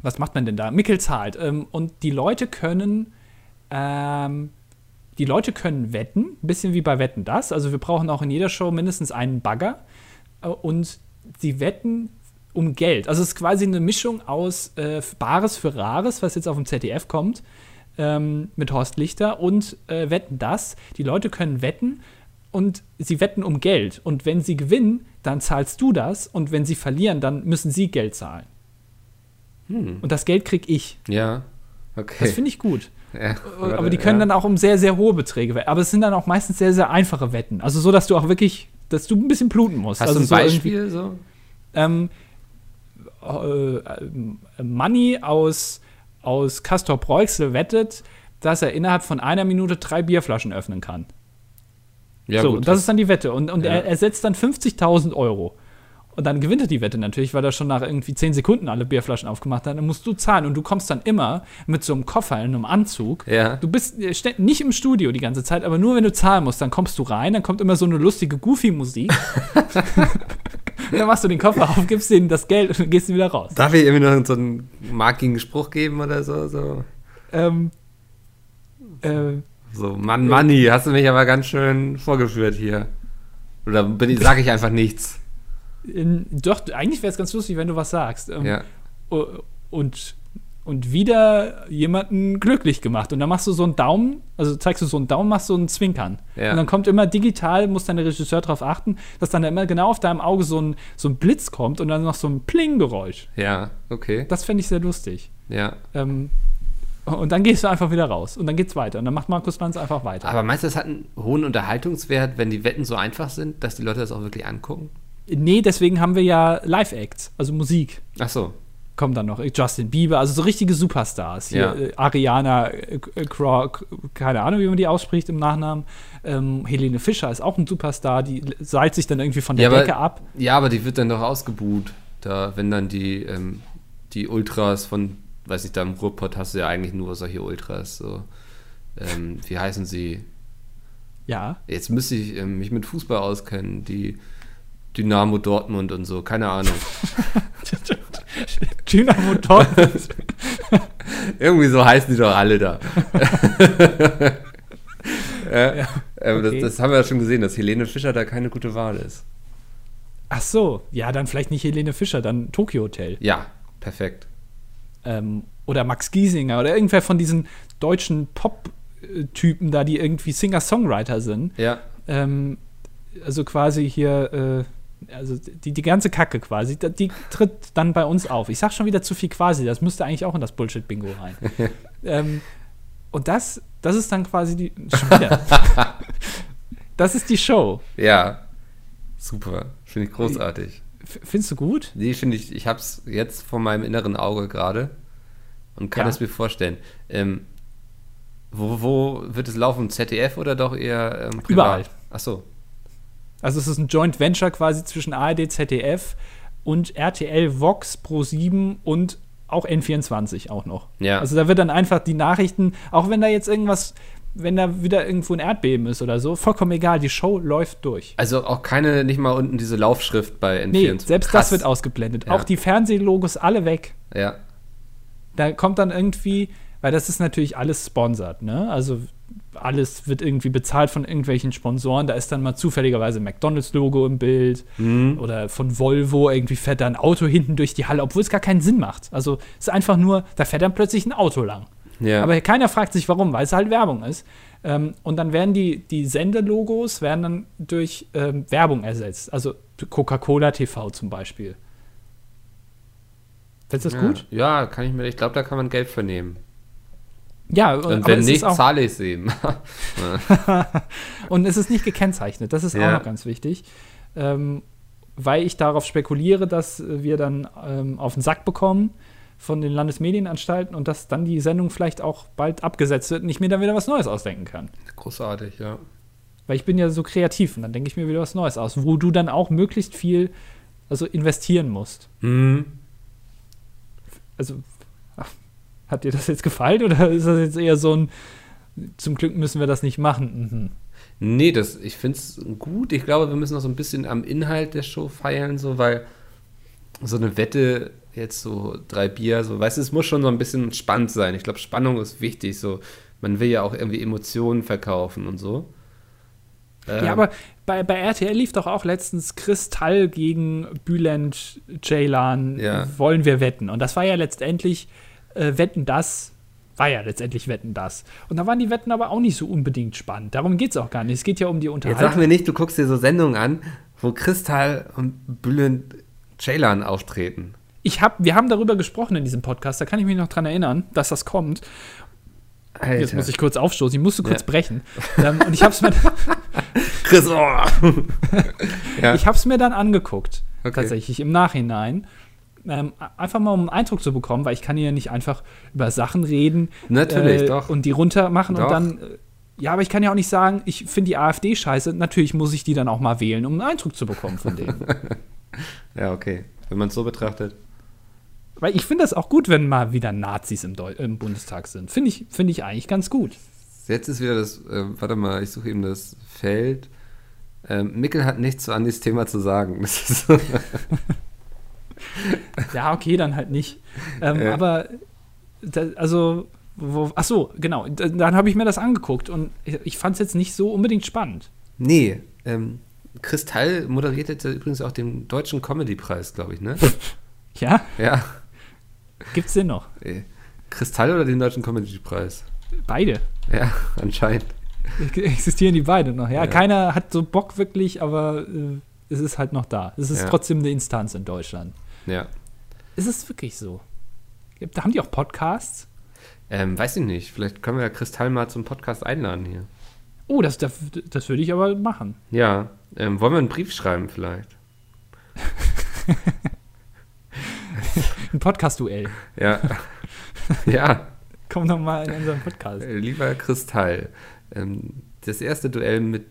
A: was macht man denn da? Mickel zahlt. Ähm, und die Leute können ähm, die Leute können wetten, ein bisschen wie bei Wetten das. Also wir brauchen auch in jeder Show mindestens einen Bagger. Äh, Und sie wetten um Geld. Also es ist quasi eine Mischung aus äh, Bares für Rares, was jetzt auf dem ZDF kommt, ähm, mit Horst Lichter und äh, Wetten das. Die Leute können wetten und sie wetten um Geld. Und wenn sie gewinnen, dann zahlst du das. Und wenn sie verlieren, dann müssen sie Geld zahlen.
B: Hm.
A: Und das Geld krieg ich.
B: Ja. Okay.
A: Das finde ich gut.
B: ja,
A: Aber die können
B: ja.
A: dann auch um sehr, sehr hohe Beträge wetten. Aber es sind dann auch meistens sehr, sehr einfache Wetten. Also so, dass du auch wirklich, dass du ein bisschen bluten musst.
B: Hast
A: also
B: du ein
A: so irgendwie-
B: Beispiel so?
A: ähm, äh, äh, Manni aus, aus Castor Preuxel wettet, dass er innerhalb von einer Minute drei Bierflaschen öffnen kann.
B: Ja,
A: so,
B: gut.
A: und das ist dann die Wette. Und, und
B: Ja.
A: er, er setzt dann 50.000 Euro. Und dann gewinnt er die Wette natürlich, weil er schon nach irgendwie 10 Sekunden alle Bierflaschen aufgemacht hat. Dann musst du zahlen. Und du kommst dann immer mit so einem Koffer in einem Anzug.
B: Ja.
A: Du bist äh, ste- nicht im Studio die ganze Zeit, aber nur wenn du zahlen musst, dann kommst du rein, dann kommt immer so eine lustige Goofy-Musik. Und dann machst du den Koffer auf, gibst denen das Geld und gehst wieder raus.
B: Darf ich irgendwie noch so einen markigen Spruch geben oder so? So,
A: Ähm, äh,
B: so Mann, Manni, hast du mich aber ganz schön vorgeführt hier. Oder bin ich, sag ich einfach nichts.
A: in, doch, eigentlich wäre es ganz lustig, wenn du was sagst. Ähm,
B: Ja.
A: u- und, und wieder jemanden glücklich gemacht. Und dann machst du so einen Daumen, also zeigst du so einen Daumen, machst so einen Zwinkern.
B: Ja.
A: Und dann kommt immer digital, muss dann der Regisseur darauf achten, dass dann immer genau auf deinem Auge so ein, so ein Blitz kommt und dann noch so ein Pling-Geräusch.
B: Ja, okay.
A: Das fände ich sehr lustig.
B: Ja.
A: Ähm, und dann gehst du einfach wieder raus und dann geht's weiter. Und dann macht Markus Lanz einfach weiter.
B: Aber meinst du, das hat einen hohen Unterhaltungswert, wenn die Wetten so einfach sind, dass die Leute das auch wirklich angucken?
A: Nee, deswegen haben wir ja Live-Acts, also Musik.
B: Ach so.
A: kommt dann noch Justin Bieber, also so richtige Superstars. Hier,
B: Ja.
A: äh, Ariana äh, äh, Craw, K- keine Ahnung, wie man die ausspricht im Nachnamen. Ähm, Helene Fischer ist auch ein Superstar, die seilt sich dann irgendwie von der
B: Ja, aber-
A: Decke ab.
B: Ja, aber die wird dann doch ausgebuht, da, wenn dann die, ähm, die Ultras von, weiß nicht, da im Ruhrpott hast du ja eigentlich nur solche Ultras, so. Ähm, wie heißen sie?
A: Ja,
B: Jetzt müsste ich ähm, mich mit Fußball auskennen, die Dynamo Dortmund und so, keine Ahnung.
A: Dynamo Dortmund.
B: Irgendwie so heißen die doch alle da. äh, ähm,
A: okay.
B: das, das haben wir ja schon gesehen, dass Helene Fischer da keine gute Wahl ist.
A: Ach so, ja, dann vielleicht nicht Helene Fischer, dann Tokyo Hotel.
B: Ja, perfekt.
A: Ähm, oder Max Giesinger oder irgendwer von diesen deutschen Pop-Typen da, die irgendwie Singer-Songwriter sind.
B: Ja,
A: ähm, also quasi hier, äh, also die, die ganze Kacke quasi, da- die tritt dann bei uns auf. Ich sag schon wieder zu viel quasi, das müsste eigentlich auch in das Bullshit-Bingo rein. ähm, und das, das ist dann quasi die. Schon wieder. das ist die Show.
B: ja. Super. Finde ich großartig.
A: F findest du gut?
B: Nee, finde ich, ich habe es jetzt vor meinem inneren Auge gerade und kann
A: Ja.
B: es mir vorstellen. Ähm, wo, wo wird es laufen? ZDF oder doch eher ähm, privat?
A: Überall.
B: Ach so.
A: Also es ist ein Joint Venture quasi zwischen ARD, ZDF und RTL, Vox, Pro7 und auch N24 auch noch.
B: Ja.
A: Also da wird dann einfach die Nachrichten, auch wenn da jetzt irgendwas, wenn da wieder irgendwo ein Erdbeben ist oder so, vollkommen egal, die Show läuft durch.
B: Also auch keine, nicht mal unten diese Laufschrift bei N24.
A: Nee, selbst
B: Krass.
A: das wird ausgeblendet.
B: Ja.
A: Auch die Fernsehlogos alle weg.
B: Ja,
A: Da kommt dann irgendwie, weil das ist natürlich alles sponsert, ne? Also alles wird irgendwie bezahlt von irgendwelchen Sponsoren. Da ist dann mal zufälligerweise ein McDonalds-Logo im Bild oder von Volvo irgendwie fährt da ein Auto hinten durch die Halle, obwohl es gar keinen Sinn macht. Also es ist einfach nur, da fährt dann plötzlich ein Auto lang.
B: ja.
A: Aber keiner fragt sich warum, weil es halt Werbung ist. Ähm, und dann werden die, die Sendelogos werden dann durch ähm, Werbung ersetzt. Also Coca-Cola TV zum Beispiel. Findest du das
B: ja.
A: gut?
B: Ja, kann ich mir, ich glaube, da kann man Geld vernehmen.
A: Ja,
B: Und
A: aber
B: wenn
A: es ist
B: nicht,
A: auch-
B: zahle ich es eben.
A: Und es ist nicht gekennzeichnet, das ist
B: Ja.
A: auch noch ganz wichtig. Ähm, weil ich darauf spekuliere, dass äh, wir dann ähm, auf den Sack bekommen von den Landesmedienanstalten und dass dann die Sendung vielleicht auch bald abgesetzt wird und ich mir dann wieder was Neues ausdenken kann.
B: Großartig, ja.
A: Weil ich bin ja so kreativ und dann denke ich mir wieder was Neues aus, wo du dann auch möglichst viel also investieren musst. Mhm.
B: Hm.
A: Also ach, hat dir das jetzt gefallen oder ist das jetzt eher so ein zum Glück müssen wir das nicht machen? Mhm.
B: Nee, das, ich finde es gut. Ich glaube, wir müssen noch so ein bisschen am Inhalt der Show feilen, so, weil so eine Wette, jetzt so drei Bier, so, weißt du, es muss schon so ein bisschen spannend sein. Ich glaube, Spannung ist wichtig, so. man will ja auch irgendwie Emotionen verkaufen und so. Ähm,
A: Ja, aber bei, bei RTL lief doch auch letztens Kristall gegen Bülent Ceylan,
B: Ja.
A: wollen wir wetten. Und das war ja letztendlich äh, Wetten das, war ja letztendlich Wetten das. Und da waren die Wetten aber auch nicht so unbedingt spannend. Darum geht es auch gar nicht. Es geht ja um die
B: Jetzt sag
A: Unterhaltung.
B: mir nicht, du guckst dir so Sendungen an, wo Kristall und Bülent Ceylan auftreten.
A: Ich hab, wir haben darüber gesprochen in diesem Podcast, da kann ich mich noch dran erinnern, dass das kommt.
B: Alter.
A: Jetzt muss ich kurz aufstoßen, ich musste kurz
B: Ja.
A: brechen. Ähm, und ich hab's mir,
B: Chris, oh. Ja.
A: ich hab's mir dann angeguckt,
B: Okay.
A: tatsächlich im Nachhinein. Ähm, einfach mal um einen Eindruck zu bekommen, weil ich kann hier nicht einfach über Sachen reden.
B: Natürlich,
A: äh,
B: doch.
A: Und die runter machen
B: Doch.
A: und dann. äh, Ja, aber ich kann ja auch nicht sagen, ich finde die AfD scheiße. Natürlich muss ich die dann auch mal wählen, um einen Eindruck zu bekommen von denen.
B: Ja, okay. Wenn man es so betrachtet.
A: weil ich finde das auch gut, wenn mal wieder Nazis im, Deu im Bundestag sind. Finde ich, finde ich eigentlich ganz gut.
B: Jetzt ist wieder das, äh, warte mal, ich suche eben das Feld. Ähm, Mickel hat nichts zu Andys Thema zu sagen. Das ist so.
A: Ja, okay, dann halt nicht. Ähm,
B: Ja.
A: Aber, da, also, wo, ach so, genau. D- Dann habe ich mir das angeguckt und ich, ich fand es jetzt nicht so unbedingt spannend.
B: nee, ähm, Kristall moderiert jetzt übrigens auch den Deutschen Comedy-Preis, glaube ich, ne?
A: Ja,
B: ja.
A: gibt's den noch?
B: Äh, Kristall oder den Deutschen Comedy-Preis?
A: Beide.
B: Ja, anscheinend.
A: Existieren die beide noch. Ja,
B: Ja.
A: keiner hat so Bock wirklich, aber äh, es ist halt noch da. Es ist
B: Ja.
A: trotzdem eine Instanz in Deutschland.
B: Ja.
A: Ist es wirklich so? Gibt- Haben die auch Podcasts?
B: Ähm, weiß ich nicht. Vielleicht können wir ja Kristall mal zum Podcast einladen hier.
A: Oh, das, das, das würde ich aber machen.
B: Ja. Ähm, wollen wir einen Brief schreiben vielleicht?
A: Ein Podcast-Duell.
B: Ja. ja.
A: Komm doch mal in unseren Podcast.
B: Äh, Lieber Kristall, ähm, das erste Duell mit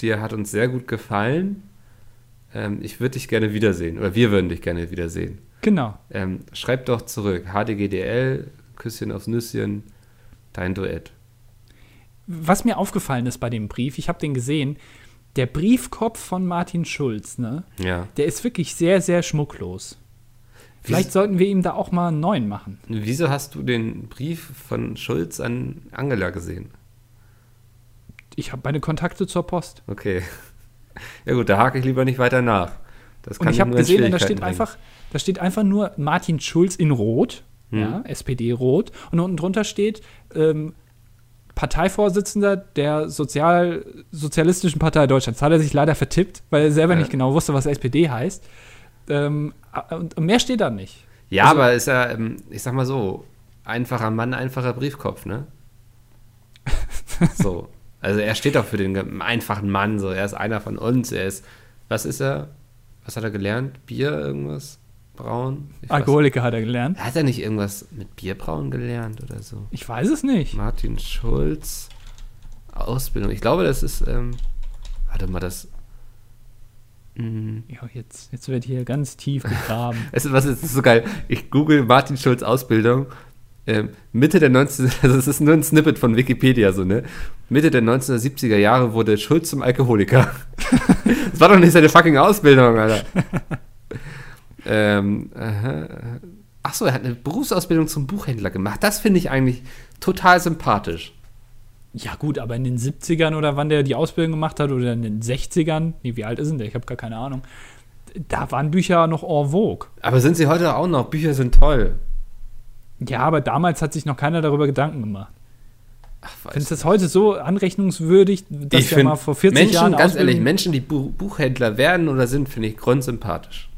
B: dir hat uns sehr gut gefallen. Ähm, ich würde dich gerne wiedersehen oder wir würden dich gerne wiedersehen.
A: Genau.
B: Ähm, schreib doch zurück. HDGDL, Küsschen aufs Nüsschen, dein Duett.
A: Was mir aufgefallen ist bei dem Brief, ich habe den gesehen, der Briefkopf von Martin Schulz, ne?
B: Ja.
A: Der ist wirklich sehr, sehr schmucklos. Vielleicht
B: Wieso-
A: sollten wir ihm da auch mal einen neuen machen.
B: Wieso hast du den Brief von Schulz an Angela gesehen?
A: Ich habe meine Kontakte zur Post.
B: Okay. Ja gut, da hake ich lieber nicht weiter nach. Das
A: Und ich habe
B: nur in
A: gesehen, und da
B: Schwierigkeiten
A: steht
B: bringen.
A: einfach, da steht einfach nur Martin Schulz in Rot,
B: Hm.
A: ja, SPD Rot, und unten drunter steht ähm, Parteivorsitzender der Sozial Sozialistischen Partei Deutschlands. Hat er sich leider vertippt, weil er selber
B: Ja.
A: nicht genau wusste, was SPD heißt. Ähm, und mehr steht da nicht.
B: Ja,
A: Also-
B: aber ist ja, ähm, ich sag mal so, einfacher Mann, einfacher Briefkopf, ne? so. Also er steht doch für den ge- einfachen Mann, so. Er ist einer von uns. Er ist, was ist er? Was hat er gelernt? Bier, irgendwas? Braun? Ich weiß-
A: Alkoholiker hat er gelernt.
B: Hat er nicht irgendwas mit Bierbrauen gelernt oder so?
A: Ich weiß es nicht.
B: Martin Schulz, Ausbildung. Ich glaube, das ist, ähm, warte mal, das. Mm,
A: Ja, jetzt, jetzt wird hier ganz tief gegraben.
B: Weißt du, was ist das ist so geil? Ich google Martin Schulz Ausbildung. Ähm, Mitte der 19. Also es ist nur ein Snippet von Wikipedia, so, ne? Mitte der 1970er Jahre wurde Schulz zum Alkoholiker. das war doch nicht seine fucking Ausbildung, Alter. ähm, aha. Ach so, er hat eine Berufsausbildung zum Buchhändler gemacht. Das finde ich eigentlich total sympathisch.
A: ja, gut, aber in den 70ern oder wann der die Ausbildung gemacht hat oder in den 60ern, nee, wie alt ist denn der? Ich habe gar keine Ahnung. Da waren Bücher noch en vogue.
B: Aber sind sie heute auch noch? Bücher sind toll.
A: Ja, aber damals hat sich noch keiner darüber Gedanken gemacht.
B: Ach,
A: Findest du das heute so anrechnungswürdig, dass
B: ich
A: der
B: finde
A: mal vor 40
B: Menschen,
A: Jahren
B: ganz
A: Ausbildung-
B: ehrlich, Menschen, die Bu Buchhändler werden oder sind, finde ich grundsympathisch.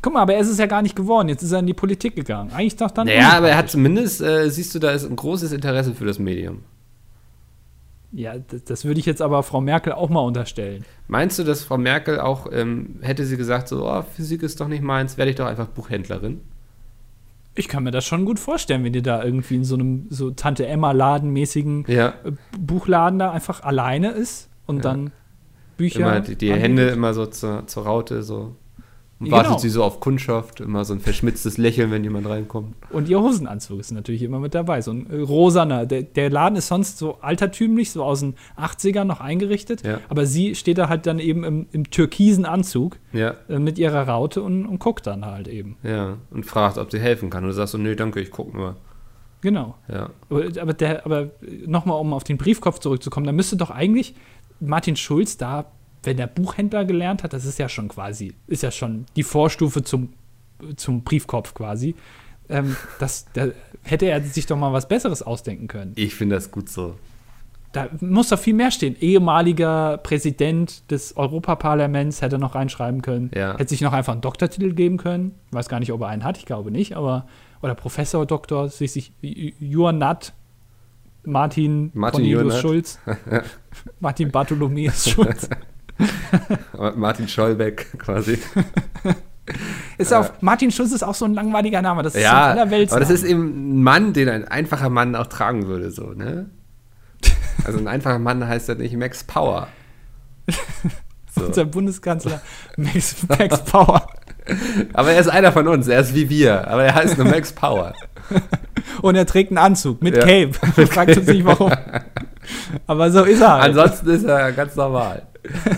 A: Guck mal, aber er ist es ja gar nicht geworden. Jetzt ist er in die Politik gegangen. Eigentlich doch dann.
B: Naja, aber er hat zumindest, äh, siehst du, da ist ein großes Interesse für das Medium.
A: Ja, das, das würde ich jetzt aber Frau Merkel auch mal unterstellen.
B: Meinst du, dass Frau Merkel auch, ähm, hätte sie gesagt, so, oh, Physik ist doch nicht meins, werde ich doch einfach Buchhändlerin?
A: Ich kann mir das schon gut vorstellen, wenn ihr da irgendwie in so einem so Tante Emma Ladenmäßigen
B: Ja.
A: äh, Buchladen da einfach alleine ist und
B: Ja.
A: dann Bücher.
B: Immer die, die
A: anbietet.
B: Hände immer so zur, zur Raute, so. Und
A: Ja,
B: wartet
A: genau.
B: sie so auf Kundschaft, immer so ein verschmitztes Lächeln, wenn jemand reinkommt.
A: Und ihr Hosenanzug ist natürlich immer mit dabei. So ein äh, rosaner. Der, der Laden ist sonst so altertümlich, so aus den 80ern noch eingerichtet.
B: Ja.
A: Aber sie steht da halt dann eben im, im türkisen Anzug
B: Ja,
A: äh, mit ihrer Raute und, und guckt dann halt eben.
B: ja. Und fragt, ob sie helfen kann. Und du sagst so, nö, danke, ich guck nur.
A: Genau.
B: Ja.
A: Aber, aber, der- aber nochmal, um auf den Briefkopf zurückzukommen, da müsste doch eigentlich Martin Schulz da, wenn er Buchhändler gelernt hat, das ist ja schon quasi, ist ja schon die Vorstufe zum, zum Briefkopf quasi. Ähm, das, da hätte er sich doch mal was Besseres ausdenken können.
B: Ich finde das gut so.
A: Da muss doch viel mehr stehen. Ehemaliger Präsident des Europaparlaments hätte noch reinschreiben können.
B: Ja.
A: Hätte sich noch einfach einen Doktortitel geben können. Ich weiß gar nicht, ob er einen hat, ich glaube nicht, aber oder Professor, Doktor, sich sich Jurnat, Martin,
B: Martin Jurnat.
A: Schulz, Martin Bartholomäus Schulz.
B: Aber Martin Schollbeck quasi.
A: Ist auch, Martin Schulz ist auch so ein langweiliger Name. Das ist so ein
B: ja,
A: aller Welt.
B: aber das ist eben ein Mann, den ein einfacher Mann auch tragen würde, so, ne? Also ein einfacher Mann heißt ja nicht Max Power. So.
A: unser Bundeskanzler Max, Max Power.
B: Aber er ist einer von uns, er ist wie wir, aber er heißt nur Max Power.
A: Und er trägt einen Anzug mit
B: Ja.
A: Cape. Man fragt uns nicht warum. Aber so ist er. Halt.
B: Ansonsten ist er ganz normal.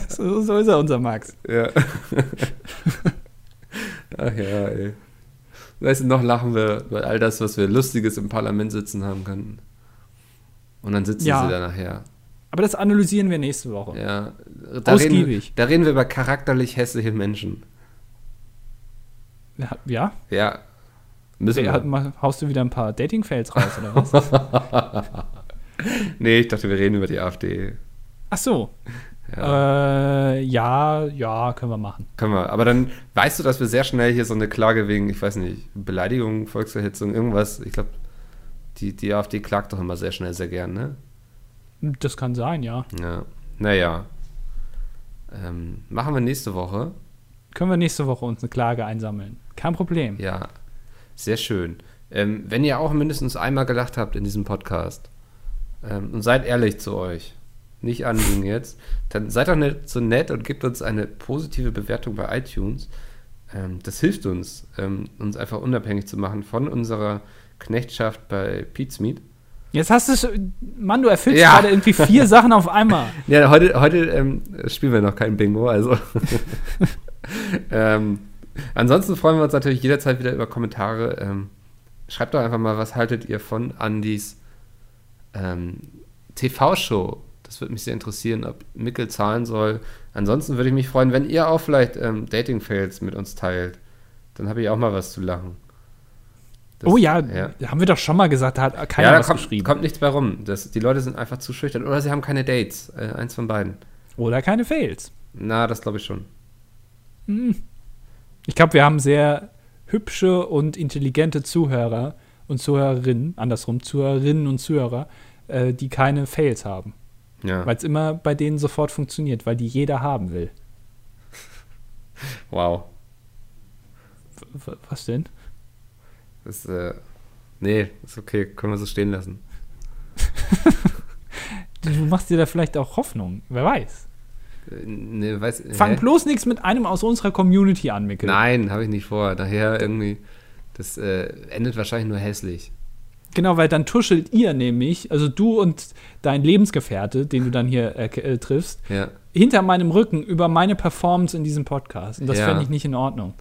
A: So, so ist er, unser Max.
B: Ja. Ach ja, ey. Weißt du, noch lachen wir über all das, was wir Lustiges im Parlament sitzen haben könnten. Und dann sitzen
A: Ja.
B: sie da nachher.
A: Aber das analysieren wir nächste Woche.
B: Ja. Da
A: Ausgiebig.
B: Reden, da reden wir über charakterlich hässliche Menschen.
A: Ja, ja?
B: Ja. Müssen
A: Wer
B: wir.
A: Hat, mal, haust du wieder ein paar Dating-Fails raus oder was?
B: Nee, ich dachte, wir reden über die AfD.
A: Ach so.
B: Ja,
A: Äh, ja, ja, können wir machen.
B: können wir. Aber dann weißt du, dass wir sehr schnell hier so eine Klage wegen, ich weiß nicht, Beleidigung, Volksverhetzung, irgendwas. Ich glaube, die, die AfD klagt doch immer sehr schnell, sehr gern, ne?
A: Das kann sein, ja.
B: Ja. Naja. Ähm, machen wir nächste Woche.
A: Können wir nächste Woche uns eine Klage einsammeln. Kein Problem.
B: Ja. Sehr schön. Ähm, wenn ihr auch mindestens einmal gelacht habt in diesem Podcast ähm, und seid ehrlich zu euch, nicht anlügen jetzt, dann seid doch nicht so nett und gebt uns eine positive Bewertung bei iTunes. Ähm, das hilft uns, ähm, uns einfach unabhängig zu machen von unserer Knechtschaft bei Pizmeet.
A: Jetzt hast du schon, Mann, du erfüllst
B: Ja.
A: gerade irgendwie vier Sachen auf einmal.
B: Ja, heute, heute ähm, spielen wir noch kein Bingo, also. ähm, ansonsten freuen wir uns natürlich jederzeit wieder über Kommentare. Ähm, schreibt doch einfach mal, was haltet ihr von Andys ähm, TV-Show? Das würde mich sehr interessieren, ob Mickel zahlen soll. Ansonsten würde ich mich freuen, wenn ihr auch vielleicht ähm, Dating-Fails mit uns teilt. Dann habe ich auch mal was zu lachen. Das-
A: oh ja,
B: ja.
A: haben wir doch schon mal gesagt, da hat keiner
B: ja, da
A: was
B: kommt,
A: geschrieben.
B: kommt nichts bei rum. Das, die Leute sind einfach zu schüchtern. Oder sie haben keine Dates. Äh, eins von beiden.
A: Oder keine Fails.
B: Na, das glaube ich schon.
A: Hm. Ich glaube, wir haben sehr hübsche und intelligente Zuhörer und Zuhörerinnen, andersrum, Zuhörerinnen und Zuhörer, äh, die keine Fails haben.
B: Ja.
A: Weil es immer bei denen sofort funktioniert, weil die jeder haben will.
B: Wow.
A: W- w- Was denn?
B: Das, äh, nee, ist okay. Können wir so stehen lassen.
A: Du machst dir da vielleicht auch Hoffnung. Wer weiß.
B: Äh, nee, weiß,
A: Fang
B: hä? Genau.
A: bloß nichts mit einem aus unserer Community an, Mikkel.
B: Nein, habe ich nicht vor. Nachher irgendwie. Das äh, endet wahrscheinlich nur hässlich.
A: Genau, weil dann tuschelt ihr nämlich, also du und dein Lebensgefährte, den du dann hier äh, äh, triffst,
B: Ja.
A: hinter meinem Rücken über meine Performance in diesem Podcast. Und das
B: Ja.
A: fände ich nicht in Ordnung.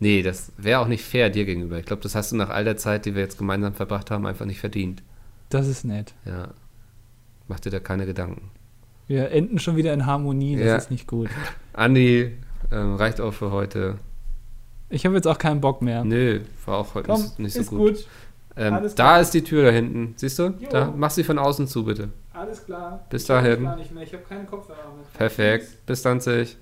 B: Nee, das wäre auch nicht fair dir gegenüber. Ich glaube, das hast du nach all der Zeit, die wir jetzt gemeinsam verbracht haben, einfach nicht verdient.
A: Das ist nett.
B: Ja. Mach dir da keine Gedanken.
A: Wir enden schon wieder in Harmonie. Das
B: Ja.
A: ist nicht gut.
B: Andi, ähm, reicht auch für heute.
A: Ich habe jetzt auch keinen Bock mehr.
B: Nö, war auch heute
A: Komm,
B: nicht, nicht so
A: ist
B: gut.
A: gut.
B: Ähm,
A: Alles
B: da ist die Tür da hinten. Siehst du?
A: Jo.
B: Da, mach sie von außen zu, bitte.
A: Alles klar.
B: Bis dahin.
A: nicht mehr. Ich habe keinen Kopfhörer mehr.
B: Perfekt. Bis dann, sich.